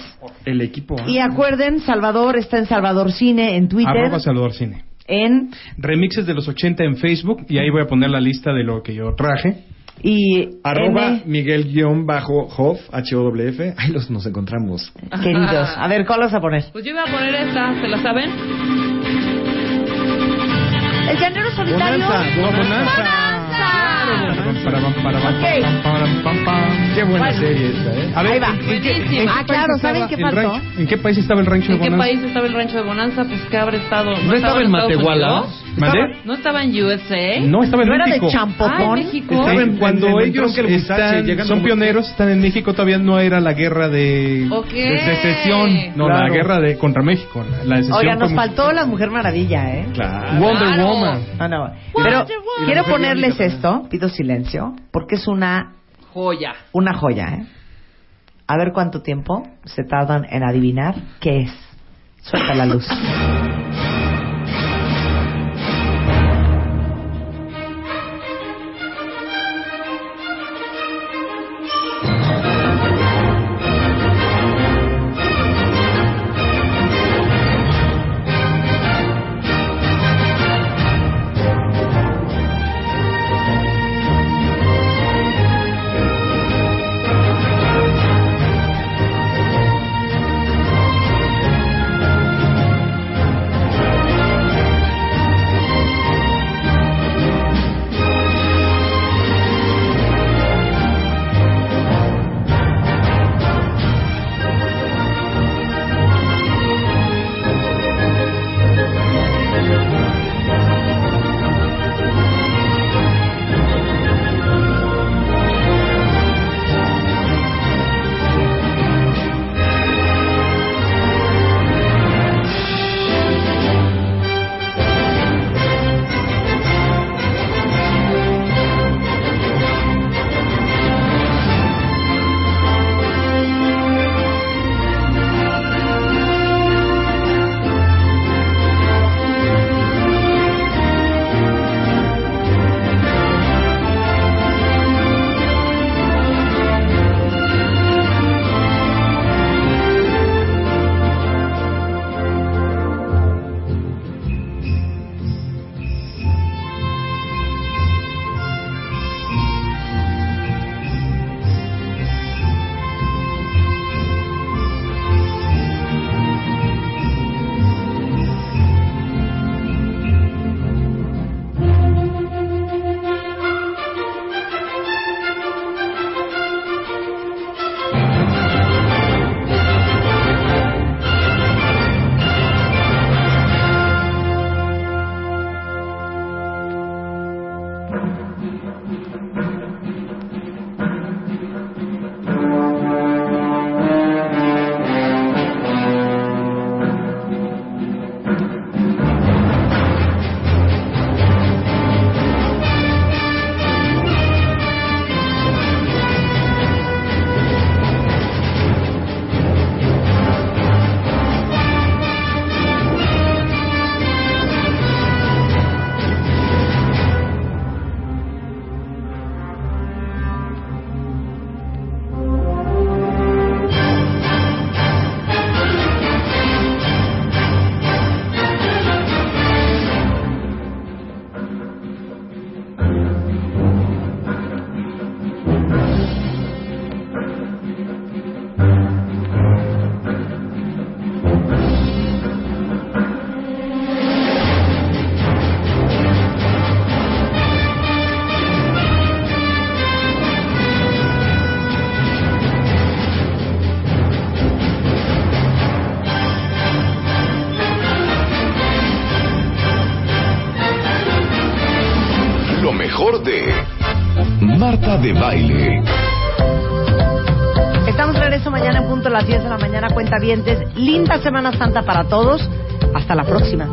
Speaker 6: El equipo.
Speaker 4: Y acuerden, Salvador está en Salvador Cine, en Twitter,
Speaker 5: ¿eh? Arroba Salvador Cine.
Speaker 4: en
Speaker 5: Remixes de los 80 en Facebook y ahí voy a poner la lista de lo que yo traje.
Speaker 4: y
Speaker 6: Arroba
Speaker 4: N,
Speaker 6: Miguel guión bajo Hoff, H-O-F. Ahí los nos encontramos.
Speaker 4: queridos. A ver, ¿cuál vas a poner?
Speaker 7: Pues yo iba a poner esta, ¿se la saben?
Speaker 4: El llanero solitario.
Speaker 6: Bonanza, no, Bonanza.
Speaker 5: Para, para, para, para,
Speaker 4: Ah. Ok.
Speaker 5: para, para, para.
Speaker 6: Qué buena
Speaker 4: Bueno.
Speaker 6: serie esta, ¿eh?
Speaker 5: A ver,
Speaker 4: Ahí va.
Speaker 5: ¿en qué- en qué
Speaker 7: Buenísima.
Speaker 5: país
Speaker 4: Ah, claro,
Speaker 5: estaba
Speaker 4: ¿saben qué
Speaker 5: el
Speaker 4: faltó?
Speaker 5: rancho? ¿En qué país estaba el rancho de
Speaker 7: ¿En qué
Speaker 5: Bonanza?
Speaker 7: país estaba el rancho de Bonanza? Pues que habrá
Speaker 12: ¿No
Speaker 7: estado.
Speaker 12: estaba en
Speaker 7: Estados
Speaker 12: Matehuala?
Speaker 7: Unidos?
Speaker 5: ¿Mandé?
Speaker 7: ¿No estaba en USA?
Speaker 5: No, estaba en
Speaker 4: ¿No era de
Speaker 5: México.
Speaker 7: Ah,
Speaker 4: champotón?
Speaker 7: en México.
Speaker 5: Estaba en-
Speaker 6: En-
Speaker 5: cuando
Speaker 6: en- en
Speaker 5: ellos
Speaker 6: Tronque el Huizache,
Speaker 5: están-
Speaker 6: llegando
Speaker 5: son
Speaker 6: como-
Speaker 5: pioneros, están en México, todavía no era la guerra de,
Speaker 7: Ok.
Speaker 5: de secesión, no, la
Speaker 6: Claro.
Speaker 5: guerra de contra México, la, la decesión
Speaker 4: Oiga, nos
Speaker 5: fue-
Speaker 4: faltó la Mujer Maravilla, ¿eh?
Speaker 6: Claro.
Speaker 5: Wonder
Speaker 7: Claro.
Speaker 5: Woman.
Speaker 4: No, no. Pero
Speaker 7: Woman.
Speaker 4: quiero ponerles esto, pido silencio, porque es una,
Speaker 7: Joya.
Speaker 4: una joya, ¿eh? A ver cuánto tiempo se tardan en adivinar qué es. Suelta la luz.
Speaker 1: Lo mejor de Marta de Baile.
Speaker 7: Estamos de regreso mañana en punto a las 10 de la mañana, cuenta vientes. Linda Semana Santa para todos. Hasta la próxima.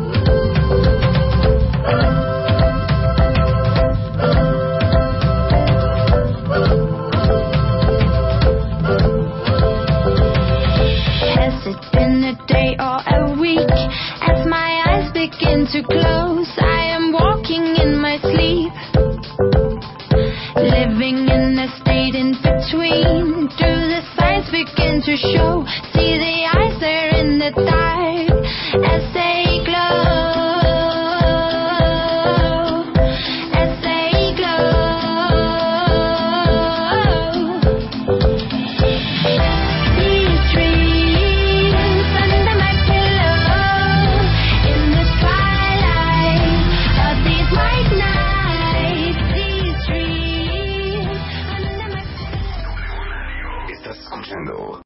Speaker 8: Has it been a day or a week? As my eyes begin to close, I am walking in my sleep. Living in a state in between. Do the signs begin to show?